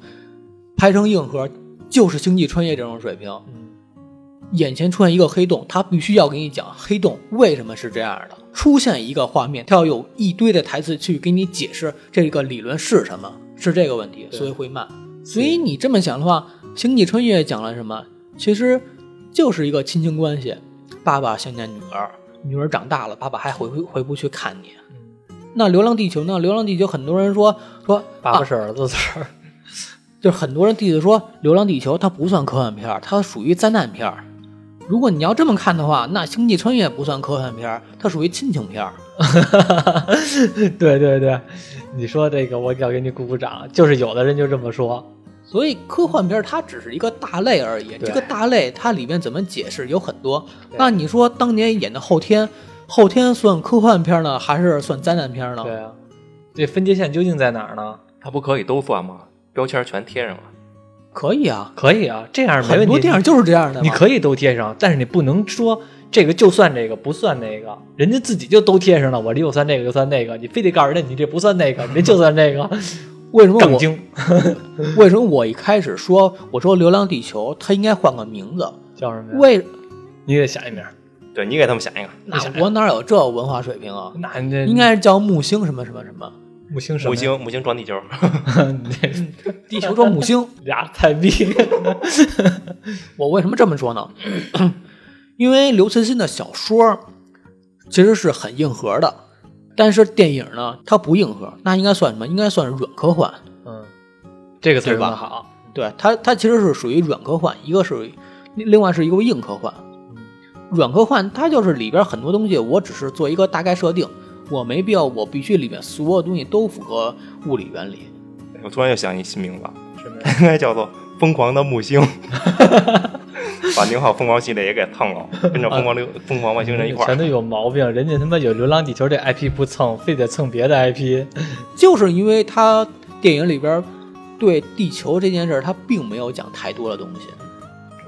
拍成硬核就是《星际穿越》这种水平。
嗯，
眼前出现一个黑洞，它必须要给你讲黑洞为什么是这样的。出现一个画面，它要有一堆的台词去给你解释这个理论是什么，是这个问题，
对
所以会慢。所以你这么想的话，《星际穿越》讲了什么？其实就是一个亲情关系，爸爸想念女儿，女儿长大了，爸爸还回不回不去看你。
嗯
那《流浪地球》呢？《流浪地球》很多人说说
爸
啊
爸是儿子的事儿，
就是很多人弟弟说《流浪地球》它不算科幻片儿，它属于灾难片儿。如果你要这么看的话，那《星际穿越》不算科幻片儿，它属于亲情片儿。
对对对，你说这个我要给你鼓鼓掌，就是有的人就这么说，
所以科幻片儿它只是一个大类而已。
对
这个大类它里面怎么解释有很多。
对
那你说当年演的《后天》，《后天》算科幻片儿呢，还是算灾难片儿呢？
对啊，这分界线究竟在哪儿呢？
他不可以都算吗？标签全贴上了。
可以啊，
可以啊，这样没
很
问题。
多电影就是这样的嘛。
你可以都贴上，但是你不能说这个就算这个不算那个，人家自己就都贴上了，我这又算这个又算那个，你非得告诉人家你这不算那个，你这就算这个，
为什么
杠
我
精
为什么我一开始说我说《流浪地球》它应该换个名字？
叫什么呀？
为
你得想一名儿，
对你给他们想一个
那我哪有这文化水平啊？
那你这
应该是叫木星什么什么什么，
木星什么
木
呀
星木星撞地球，
你这
地球撞木星。
俩菜逼，
我为什么这么说呢？ 因为刘慈欣的小说其实是很硬核的，但是电影呢，它不硬核，那应该算什么？应该算软科幻。
嗯，这个词儿
对吧
用得好，
对它，它其实是属于软科幻，一个是另外是一个
嗯
硬科幻。软科幻它就是里边很多东西，我只是做一个大概设定，我没必要，我必须里面所有东西都符合物理原理。
我突然又想一新名字，
什么
应该叫做《疯狂的木星》， 把宁浩疯狂系列也给蹭了，跟着疯狂流、疯狂外星人一块
全
儿
都。有毛病，人家他妈有《流浪地球》这 IP 不蹭，非得蹭别的 IP。
就是因为他电影里边对地球这件事儿，他并没有讲太多的东西，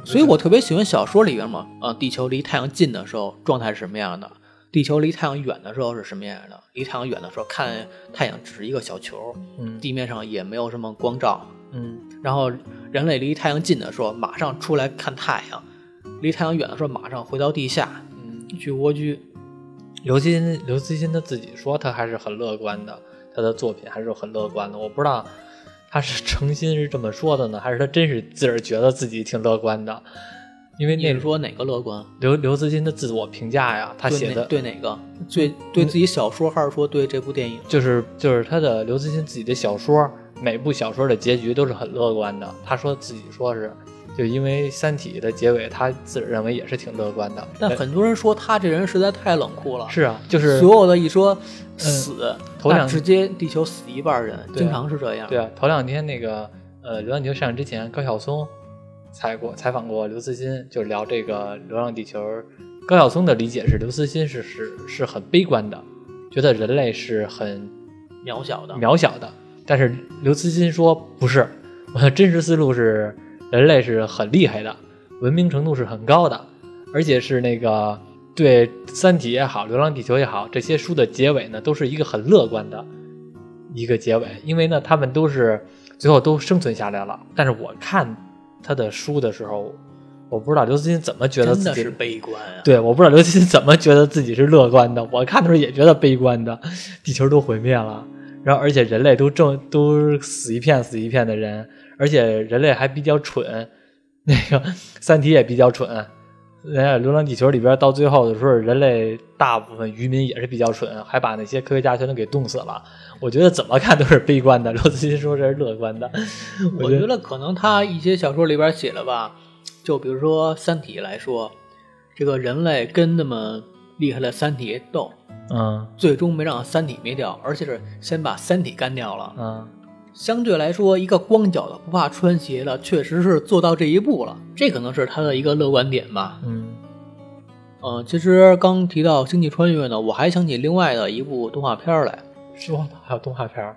所以我特别喜欢小说里边嘛，啊，地球离太阳近的时候状态是什么样的，地球离太阳远的时候是什么样的，离太阳远的时候看太阳只是一个小球，
嗯
地面上也没有什么光照，
嗯，
然后人类离太阳近的时候马上出来看太阳，离太阳远的时候马上回到地下，嗯，去蜗居。
刘慈欣刘慈欣他自己说他还是很乐观的，他的作品还是很乐观的。我不知道他是诚心是这么说的呢，还是他真是自个儿觉得自己挺乐观的。因为
你
那
是说哪个乐观？
刘刘慈欣的自我评价呀，他
对
写
哪
的嗯
对哪个？对对自己小说，还是说对这部电影？
就是就是他的刘慈欣自己的小说，每部小说的结局都是很乐观的。他说自己说是，就因为《三体》的结尾，他自认为也是挺乐观的。
但很多人说他这人实在太冷酷了，
呃是啊，就是呃
所有的一说死，
头
那
两
直接地球死一半人，
对啊
经常是这样。
对啊，头两天那个呃，《流浪地球》上映之前，高晓松采过采访过刘慈欣，就聊这个《流浪地球》。高晓松的理解是，刘慈欣是是是很悲观的，觉得人类是很
渺小的，
渺小的。但是刘慈欣说不是，我的真实思路是人类是很厉害的，文明程度是很高的，而且是那个对《三体》也好，《流浪地球》也好，这些书的结尾呢，都是一个很乐观的一个结尾，因为呢，他们都是最后都生存下来了。但是我看他的书的时候，我不知道刘慈欣怎么觉得
真
自
的
己
是悲观啊。
对，我不知道刘慈欣怎么觉得自己是乐观的，我看的时候也觉得悲观的。地球都毁灭了，然后而且人类都正都死一片死一片的人，而且人类还比较蠢，那个《三体》也比较蠢。人家《流浪地球》里边到最后的时候，人类大部分渔民也是比较蠢，还把那些科学家全都给冻死了。我觉得怎么看都是悲观的，刘慈欣说这是乐观的。
我觉得可能他一些小说里边写了吧，就比如说《三体》来说，这个人类跟那么厉害的三体斗，
嗯
最终没让三体灭掉，而且是先把三体干掉了。
嗯，
相对来说，一个光脚的不怕穿鞋的，确实是做到这一步了。这可能是他的一个乐观点吧。
嗯
嗯、其实刚提到《星际穿越》呢，我还想起另外的一部动画片儿来
说还有动画片儿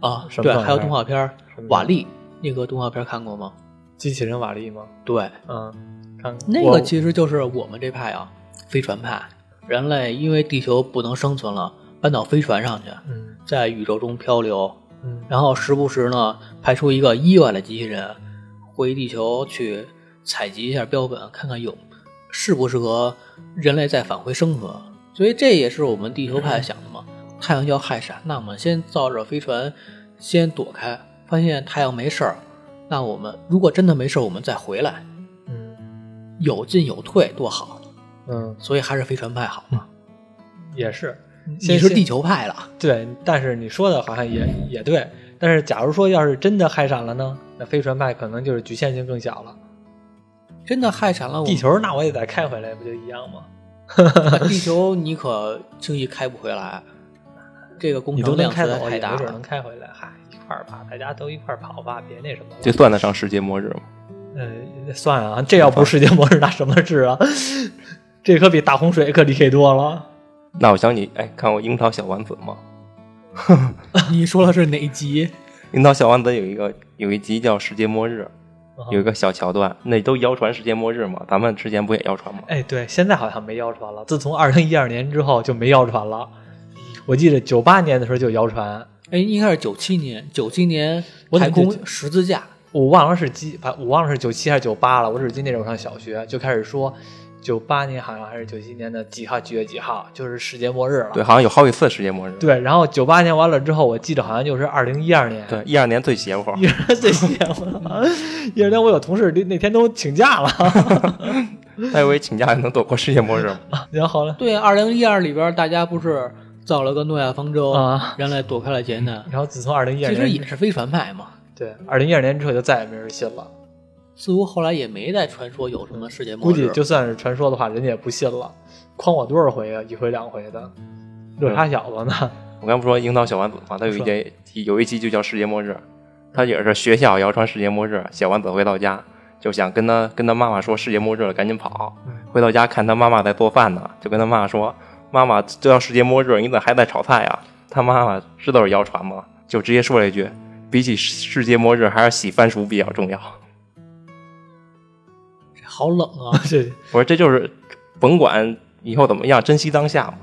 啊，
什么
对，
动画片
还有动画片儿
什么
《瓦力》那个动画片儿看过吗？
机器人瓦力吗？
对，
嗯，看
那
我
个其实就是我们这派啊，飞船派。人类因为地球不能生存了，搬到飞船上去，
嗯
在宇宙中漂流，
嗯，
然后时不时呢派出一个意外的机器人回地球去采集一下标本，看看有适不适合人类再返回生存。所以这也是我们地球派想的嘛。太阳要害闪，那我们先造着飞船先躲开，发现太阳没事儿，那我们如果真的没事儿，我们再回来，
嗯
有进有退多好。
嗯
所以还是飞船派好嘛。
也是，
嗯你
先
是地球派了，啊
对，但是你说的好像也也对，但是假如说要是真的害闪了呢，那飞船派可能就是局限性更小了。
真的害闪了我们
地。球那我也得开回来，不就一样吗？
地球你可轻易开不回来，这个工
你都
程
能
量
开
实
走
在，太
也
大
没准 能
了。
开回来，嗨，一块儿吧，大家都一块儿跑吧，别那什么
这
了。
算得上世界末日吗？
呃，算啊，这要不是世界 末日，那什么是啊？ 这可比大洪水可厉害多了。
那我想起，哎，看过《樱桃小丸子》吗？
你说的是哪集？
《樱桃小丸子》有一个有一集叫《世界末日》，有一个小桥段，那都谣传世界末日嘛，咱们之前不也谣传吗？
哎，对，现在好像没谣传了。自从二零一二年之后就没谣传了。我记得九八年的时候就谣传，
哎，应该是九七年，九七年
我
太
怎么
空十字架，
我忘了是几，反我忘了是九七还是九八了。我只记得那时候上小学就开始说，九八年好像还是九七年的几号几月几号，就是世界末日了。
对，好像有好几次世界末日。
对然后九八年完了之后，我记得好像就是二零一二年。
对，一二年最邪乎，
一人 最邪乎了，一人我有同事那天都请假了，
戴维请假也能躲过世界末日吗？
然后呢，
对，啊二零一二里边大家不是造了个诺亚方舟，
啊
人类躲开了劫难，
然后自从二 零一二
其实
年
也是飞船派嘛。
对二零一二年之后就再也没人信了，
似乎后来也没再传说有什么世界末
估计
日，
就算是传说的话，人家也不信了，诓我多少回啊，一回两回的。热茶小子呢？
我刚不说樱桃小丸子吗？他有一节有一期就叫世界末日，他也是学校谣传世界末日，小丸子回到家就想跟他跟他妈妈说世界末日了，赶紧跑。回到家看他妈妈在做饭呢，就跟他妈妈说：“妈妈，这要世界末日，你怎么还在炒菜啊？”他妈妈知道是谣传吗？就直接说了一句：“比起世界末日，还是洗番薯比较重要。
好冷啊！
这”
我说这就是甭管以后怎么样，珍惜当下嘛。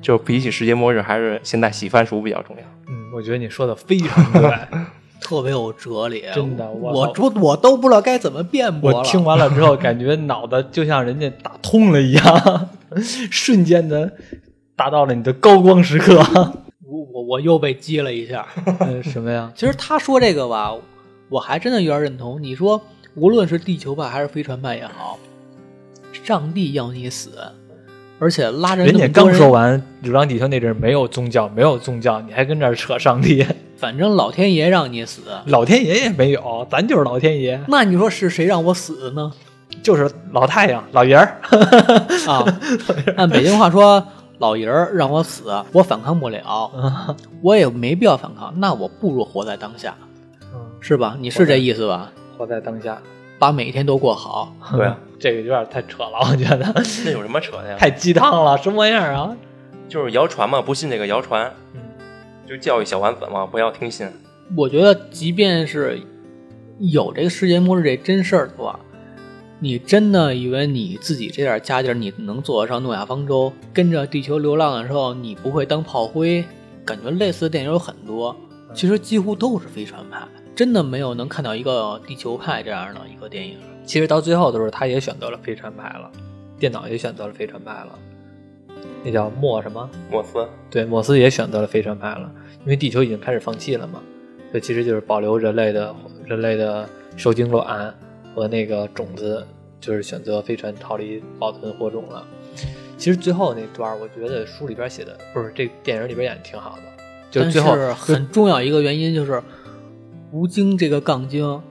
就比起世界末日，还是现在洗番薯比较 重要。
嗯，我觉得你说的非常对。
特别有哲理，
真的我
我我我都不知道该怎么辩驳了。
我听完了之后，感觉脑袋就像人家打通了一样， 瞬间的达到了你的高光时刻。
我我我又被激了一下。
嗯什么呀？
其实他说这个吧，我还真的有点认同。你说，无论是地球派还是飞船派也好，上帝要你死，而且拉着
人家
那么多
刚
人，
说完《流浪地球》那阵儿没有宗教，没有宗教，你还跟这儿扯上帝，
反正老天爷让你死，
老天爷也没有，咱就是老天爷，
那你说是谁让我死的呢？
就是老太阳、老爷儿。
啊，按北京话说，老爷儿让我死，我反抗不了，我也没必要反抗，那我不如活在当下，
嗯，
是吧？你是这意思吧？
活在当下。
把每一天都过好，
对啊，
这个有点太扯了，我觉得
那有什么扯的呀？
太鸡汤了，什么玩意儿啊？
就是谣传嘛，不信这个谣传，
嗯
就教育小丸子嘛，不要听信。
我觉得，即便是有这个世界末日这真事儿的话，你真的以为你自己这点家底儿，你能坐得上诺亚方舟，跟着地球流浪的时候，你不会当炮灰？感觉类似的电影有很多，其实几乎都是飞船派，真的没有能看到一个地球派这样的一个电影。
其实到最后的时候，他也选择了飞船派了，电脑也选择了飞船派了，那叫莫什么？
莫 斯，
对，莫斯也选择了飞船派了，因为地球已经开始放弃了嘛，所以其实就是保留人类的人类的受精卵和那个种子，就是选择飞船逃离保存火种了。其实最后那段儿，我觉得书里边写的不是这电影里边演的挺好的，就
但
最 后
是很重要一个原因就是，吴京这个杠精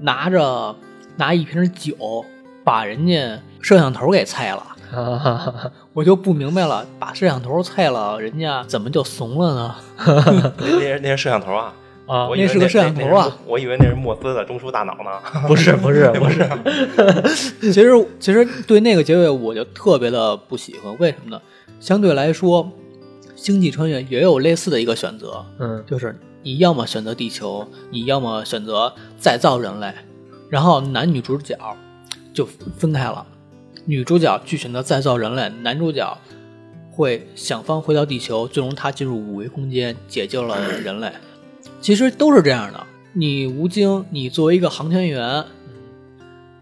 拿着拿一瓶酒把人家摄像头给菜了。
啊，
我就不明白了，把摄像头菜了，人家怎么就怂了呢？
那那是那是摄像头啊，
啊
我以为
那是个摄像头啊
那是我以为那是莫斯的中枢大脑 呢。
不是不是不 是，
其实，其实对那个结尾我就特别的不喜欢，为什么呢？相对来说，《星际穿越》也有类似的一个选择，
嗯，
就是你要么选择地球，你要么选择再造人类，然后男女主角就分开了，女主角去选择再造人类，男主角会想方回到地球，最终他进入五维空间，解救了人类。其实都是这样的。你吴京，你作为一个航天员，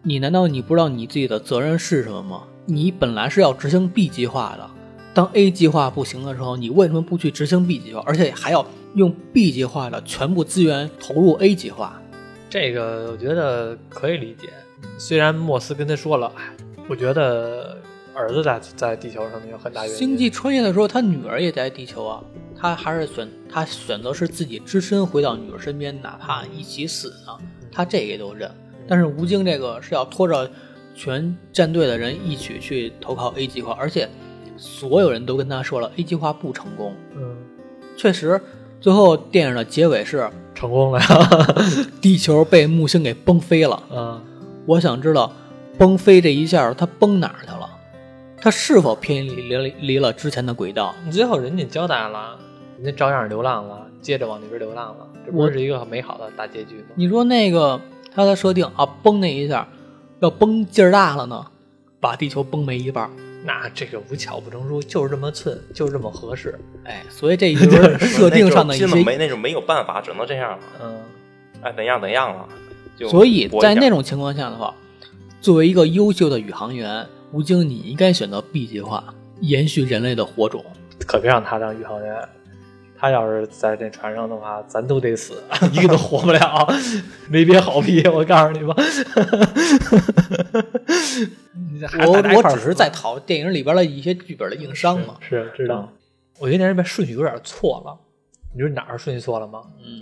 你难道你不知道你自己的责任是什么吗？你本来是要执行 B 计划的，当 A 计划不行的时候，你为什么不去执行 B 计划，而且还要用 B 计划的全部资源投入 A 计划？
这个我觉得可以理解。虽然莫斯跟他说了，哎我觉得儿子在在地球上面有很大原因。
星际穿越的时候，他女儿也在地球啊，他还是选他选择是自己只身回到女儿身边，哪怕一起死呢，他这也都认。
嗯
但是吴京这个是要拖着全战队的人一起去投靠 A 计划，而且所有人都跟他说了 A 计划不成功。
嗯，
确实，最后电影的结尾是
成功了 呀。
地球被木星给崩飞了。
嗯，
我想知道，崩飞这一下它崩哪儿去了？它是否偏离离了离了之前的轨道？
最后人家交代了，人家照样流浪了，接着往那边流浪了，这不
我
是一个美好的大结局吗？
你说那个它的设定啊，崩那一下，要崩劲儿大了呢，把地球崩没一半儿。
那这个无巧不成书，就是这么寸，就是这么合适。
哎，所以 这就是设定上的一
那就是拼了
些，
没那种没有办法，只能这样了。
嗯，
哎，怎样怎样了？就
所以
搏一
在
下
那种情况下的话，作为一个优秀的宇航员，吴京你应该选择 B 计划，延续人类的火种。
可别让他当宇航员。他要是在那船上的话，咱都得死，一个都活不了，没憋好屁！我告诉你吧，你这还
我
大家一
我
块儿
只是
死
在讨电影里边的一些剧本的硬伤嘛。
是知
嗯
道。我觉得那里边顺序有点错了，你说哪儿顺序错了吗？
嗯，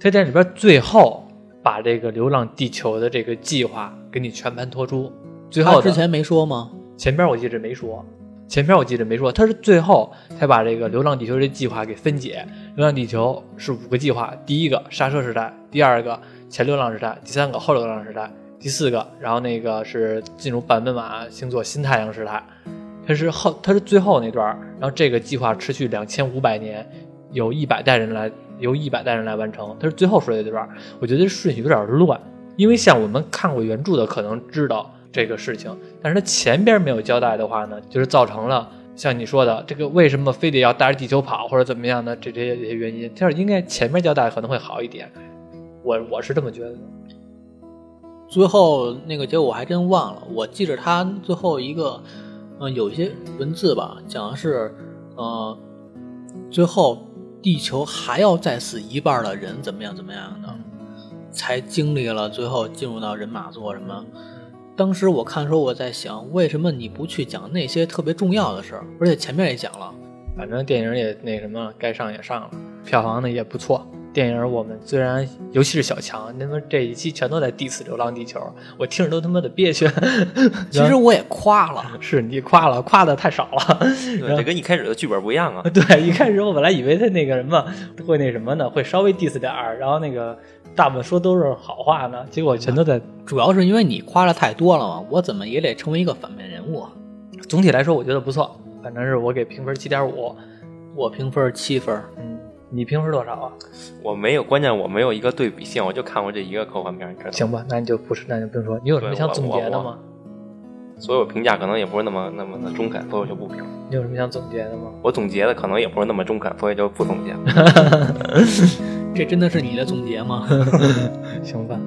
他在里边最后把这个流浪地球的这个计划给你全盘托出，最
他
后
之
的
前没说吗？
前边我一直没说，前篇我记得没说，他是最后才把这个《流浪地球》这计划给分解。《流浪地球》是五个计划：第一个刹车时代，第二个前流浪时代，第三个后流浪时代，第四个，然后那个是进入版本马星座新太阳时代。它是后，它是最后那段儿。然后这个计划持续两千五百年，有一百代人来，由一百代人来完成。它是最后说的这段儿，我觉得顺序有点乱，因为像我们看过原著的可能知道这个事情，但是它前边没有交代的话呢，就是造成了像你说的这个为什么非得要带着地球跑或者怎么样的这这些这些原因，它是应该前面交代可能会好一点。我我是这么觉得的。
最后那个结果我还真忘了，我记着他最后一个，嗯、有一些文字吧，讲的是，呃，最后地球还要再死一半的人怎么样怎么样的，才经历了最后进入到人马座什么。当时我看的时候，我在想，为什么你不去讲那些特别重要的事儿？而且前面也讲了，
反正电影也那什么，该上也上了，票房呢也不错。电影我们虽然，尤其是小强，那么这一期全都在 diss《流浪地球》，我听着都他妈的憋 屈。
其实我也夸了，
是你夸了，夸的太少了。
啊
对，这跟一开始的剧本不一样啊。
对，一开始我本来以为他那个什么会那什么呢，会稍微 diss 点儿，然后那个大部分说都是好话呢，结果全都在。
主要是因为你夸的太多了嘛，我怎么也得成为一个反面人物啊。
总体来说，我觉得不错，反正是我给评分七点五。
我评分七分，
嗯，你评分多少啊？
我没有，关键我没有一个对比性，我就看过这一个科幻片，你知道吗？
行吧，那你就不是，那就不用说。你有什么
对
想
我
总
我
结的
我
吗？
所以我评价可能也不是那么那么的中肯，所以我就不评。
你有什么想总结的吗？
我总结的可能也不是那么中肯，所以就不总结了。
这真的是你的总结吗？
行吧，